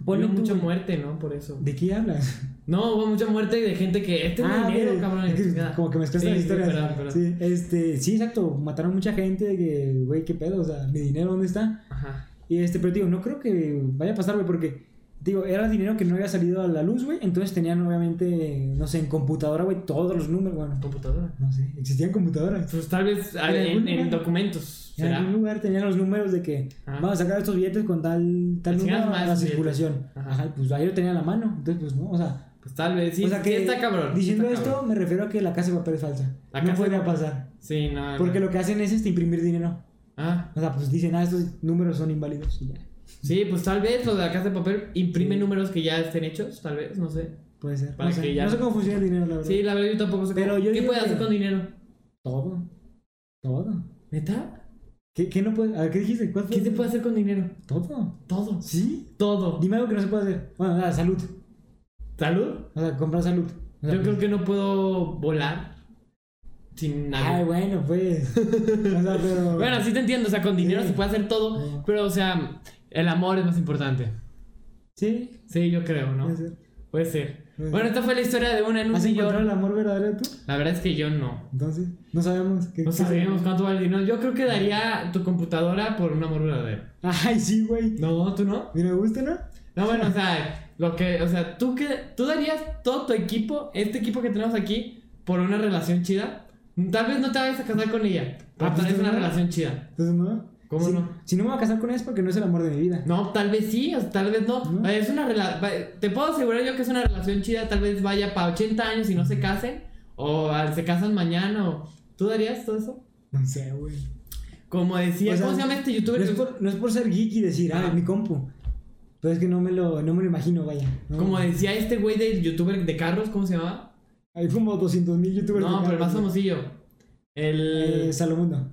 Hubo
Ponle tú,
mucha
güey.
muerte, ¿no? Por eso.
¿De qué hablas?
No, hubo mucha muerte de gente que. Este es mi dinero,
güey,
cabrón.
es que
chingada".
Ah, como que mezclaste
Sí,
las
sí,
historias.
perdón, perdón.
Sí, este, sí, exacto. Mataron mucha gente de que, güey, qué pedo, o sea, mi dinero, ¿dónde está?
Ajá.
Y este, pero digo, no creo que vaya a pasar, güey, porque, digo, era dinero que no había salido a la luz, güey. Entonces tenían, obviamente, no sé, en computadora, güey, todos los números, bueno. pues,
Computadora.
No sé, existían computadoras.
Pues tal vez
¿En
en,
algún
en
lugar?
documentos.
En algún
¿Será?
lugar tenían los números de que
Ajá.
vamos a sacar estos billetes con tal, tal
Que
número
tengas más
a la
billetes.
circulación.
Ajá.
Ajá. y pues ahí lo tenía a la mano. Entonces, pues no, o sea.
Pues tal vez, sí.
o sea
sí está cabrón.
Diciendo
está
esto,
cabrón.
me refiero a que la casa de papel es falsa.
La
no
casa de
podría
papel.
pasar.
Sí, no.
Porque
no.
lo que hacen es este, imprimir dinero.
Ah,
O sea, pues dicen, ah, estos números son inválidos y ya.
sí, pues tal vez lo de la casa de papel imprime
Sí.
números que ya estén hechos, tal vez, no sé.
Puede ser.
Para
no, sé,
que ya-
no sé cómo funciona el dinero, la verdad.
Sí, la verdad yo tampoco sé.
Pero
cómo-
yo
¿Qué
digo
puedes
que-
hacer con dinero?
Todo. Todo.
¿Neta?
¿Qué, qué no puede? A ver, ¿qué dijiste? ¿Cuál fue?
¿Qué se puede hacer con dinero?
Todo.
Todo.
¿Sí?
Todo.
Dime algo que no se puede hacer. Bueno, nada, salud.
¿Salud?
O sea, comprar salud. O sea, pues
Yo creo que no puedo volar sin nada.
Ay, bueno, pues. o sea, pero.
Bueno, sí te entiendo, o sea, con dinero
Sí.
se puede hacer todo,
Sí.
pero o sea, el amor es más importante.
Sí,
Sí, yo creo, ¿no?
puede ser.
Puede ser.
Puede
Bueno,
ser.
esta fue la historia de una en un
¿Has
millón.
encontrado el amor verdadero tú?
La verdad es que yo no.
Entonces, no sabemos. ¿Qué,
No
qué se-
sabemos cuánto vale el dinero. Yo creo que daría tu computadora por un amor verdadero.
Ay, sí, güey.
No, tú no.
Mira, me gusta, ¿no?
No, bueno, o sea, lo que, o sea, tú que, tú darías todo tu equipo, este equipo que tenemos aquí, por una relación chida. Tal vez no te vayas a casar con ella, pero
Ah,
tal
pues,
vez
tú
una
no.
relación chida.
Entonces, ¿no?
¿Cómo
Si-
no?
Si no me voy a casar con ella es porque no es el amor de mi vida.
No, tal vez sí, o sea, tal vez no.
No.
Es una rela- va- Te puedo asegurar yo que es una relación chida, tal vez vaya para 80 años y no se casen, o ah, se casan mañana, o. ¿Tú darías todo eso?
No sé, güey.
Como decía,
O sea,
¿cómo se llama este
No
youtuber?
es,
que-
por, no es por ser geek y decir, ah,
Ajá.
mi compu. Pero es que no me lo, no me lo imagino, vaya. ¿no?
Como decía este güey del youtuber de carros, ¿cómo se llamaba?
Hay como 200 mil youtubers.
No,
que
pero el más
ganan,
famosillo. El.
eh, Salomundo.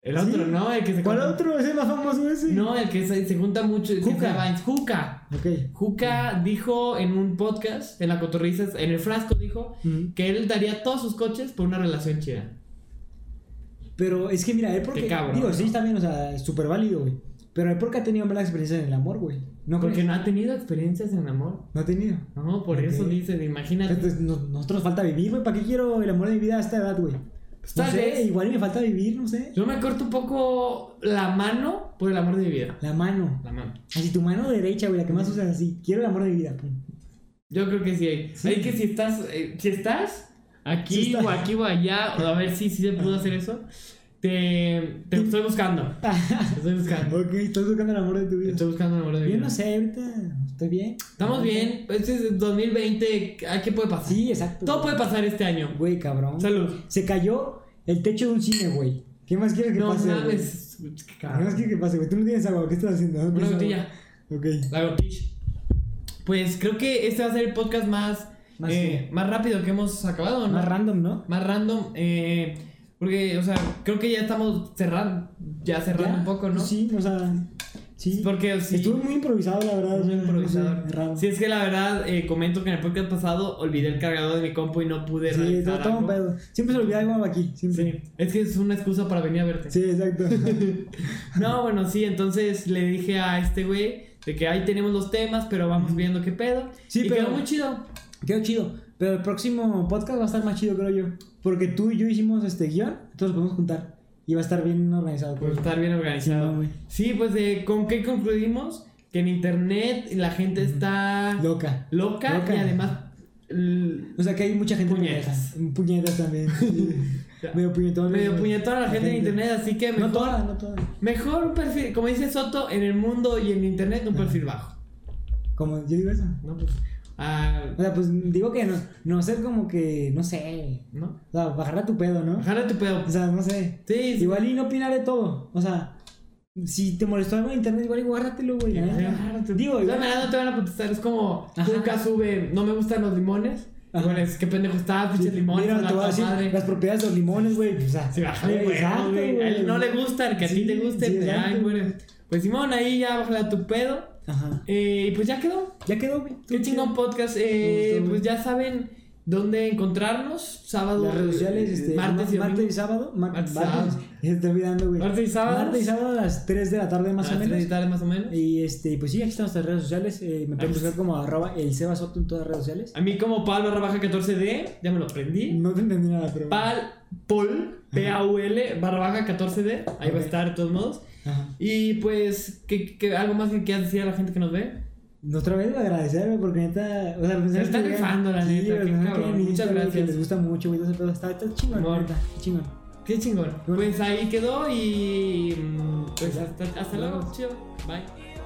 El otro,
¿Sí?
¿no? El que se
¿Cuál
junta-
otro? Es el más famoso ese.
No, el que se, se junta mucho. el que
Juca.
se llama Vines. Juca.
Ok.
Juca dijo en un podcast, en la cotorriza, en el frasco dijo
Ujú.
que él daría todos sus coches por una relación chida.
Pero es que mira, él porque.
Qué cabrón,
digo, sí,
¿no?
también, o sea, es súper válido, güey. Pero él porque ha tenido malas experiencias en el amor, güey. No,
Porque
crees?
no ha tenido experiencias en amor.
no ha tenido.
No, por
Ok.
eso dicen, imagínate.
Entonces, no- nosotros nos falta vivir, güey. ¿Para qué quiero el amor de mi vida a esta edad, güey?
Pues
No
tal
sé,
vez.
igual y me falta vivir, no sé.
Yo me corto un poco la mano por el amor de mi vida.
La mano.
La mano.
Así tu mano derecha, güey, la que más usas así. Quiero el amor de mi vida, pum.
Yo creo que sí hay.
Sí.
Hay que si estás, eh, si estás aquí
Sí está.
o aquí o allá, o a ver si si se pudo hacer eso, te, te estoy buscando. Te estoy buscando.
ok, estás buscando el amor de tu
Te
vida.
estoy buscando el amor de mi
Yo
vida.
no sé, ahorita estoy bien.
Estamos bien. Este es 2020. ¿A qué puede pasar?
Sí, exacto.
Todo puede pasar este año.
Güey, cabrón.
Salud.
Se cayó el techo de un cine, güey. ¿Qué más quieres que
No
pase? güey?
mames. qué
¿Qué
cabrón.
más quieres que pase, güey? Tú no tienes agua, ¿qué estás haciendo? ¿No
Una
tienes
botella.
agua? Ok.
La gotich. Pues creo que este va a ser el podcast más,
Más
eh,
qué?
más rápido que hemos acabado, ¿no?
Más random, ¿no?
más random. eh, porque, o sea, creo que ya estamos cerrando. Ya cerrando
¿Ya?
un poco, ¿no?
Sí, o sea. Sí.
Porque sí,
Estuvo muy improvisado, la verdad. o
muy
sea,
improvisador.
no sé, raro.
Si es que la verdad, eh, comento que en el podcast pasado olvidé el cargador de mi compu y no pude
Sí,
realizar
todo, todo un
algo.
pedo. Siempre se olvida algo aquí, siempre.
Sí, es que es una excusa para venir a verte.
Sí, exacto.
No, bueno, sí, entonces le dije a este güey de que ahí tenemos los temas, pero vamos viendo qué pedo.
Sí,
y
pero-
quedó muy chido.
Quedó chido. Pero el próximo podcast va a estar más chido, creo yo. Porque tú y yo hicimos este guión, entonces lo podemos juntar. Y va a estar bien organizado.
Por
creo.
estar bien
Sí,
Pues, organizado.
güey.
Sí, pues de con qué concluimos que en internet la gente está
Loca.
loca,
Loca.
y además l-
O sea que hay mucha gente
Puñetas.
pendeja. Puñetas también. sí.
Ya.
medio puñetón.
medio puñetona la gente en internet, así que
No
mejor,
toda, no toda.
mejor un perfil, como dice Soto, en el mundo y en internet un perfil bajo.
Como yo digo eso.
No, pues, ah,
O sea, pues digo que no, no ser como que, no sé.
¿no?
O sea, bajarla tu pedo, ¿no?
Jala tu pedo.
O sea, no sé.
Sí, sí.
Igual y no opinar de todo. O sea, Si te molestó algo en internet, igual y guárdatelo, güey. la neta. ¿eh? Digo,
Digo,
igual-
no te van a contestar. Es como,
Ajá.
nunca sube, no me gustan los limones.
Ajá.
Igual es que pendejo está, pinche limón,
Mira, te voy a decir
madre.
las propiedades de los limones, güey. pues, o sea,
Sí, ajá, güey,
exacto,
güey. A él
güey.
no le gusta, el que a ti
Sí,
te guste.
sí,
pues, ay,
exacto.
bueno. Pues Simón, ahí ya bájala tu pedo.
Ajá.
Eh, y pues ya quedó.
Ya quedó, güey.
Qué chingón podcast. Eh,
Me gustó,
pues
güey.
ya saben dónde encontrarnos. Sábado,
Las redes sociales,
eh,
este,
martes,
martes,
y domingo.
y sábado. ma-
Martes y
Martes,
sábado.
ya estoy olvidando, güey.
Martes y sábado.
Martes y sábado a las 3 de la tarde, más
A
o
las tres de
menos.
la tarde, más o menos.
Y este, pues sí, aquí están nuestras redes sociales. eh, me pueden
Ah,
buscar como arroba el Seba Soto en todas las redes sociales.
A mí como Pablo rebaja 14D, ya me lo aprendí.
No te entendí nada, pero.
Pal, Pol, P-A-U-L, barra baja 14D. Ahí va a
Ok.
estar de todos modos.
Ajá.
Y pues, ¿qué, qué- algo más que quieras decir a la gente que nos ve?
Otra vez agradecerme porque neta. O sea, los mensajes
están
que llegan-
rifando, la neta,
los
qué
mensajes que
cabrón.
llegan en
Muchas
Instagram,
gracias.
Que les gusta mucho, güey. todo ese pedo. Está, está chingón,
Amor.
neta, chingón.
Qué chingón.
Bueno.
Pues ahí quedó y. mm, Pues hasta, hasta
Hasta
luego.
luego.
Chido. Bye.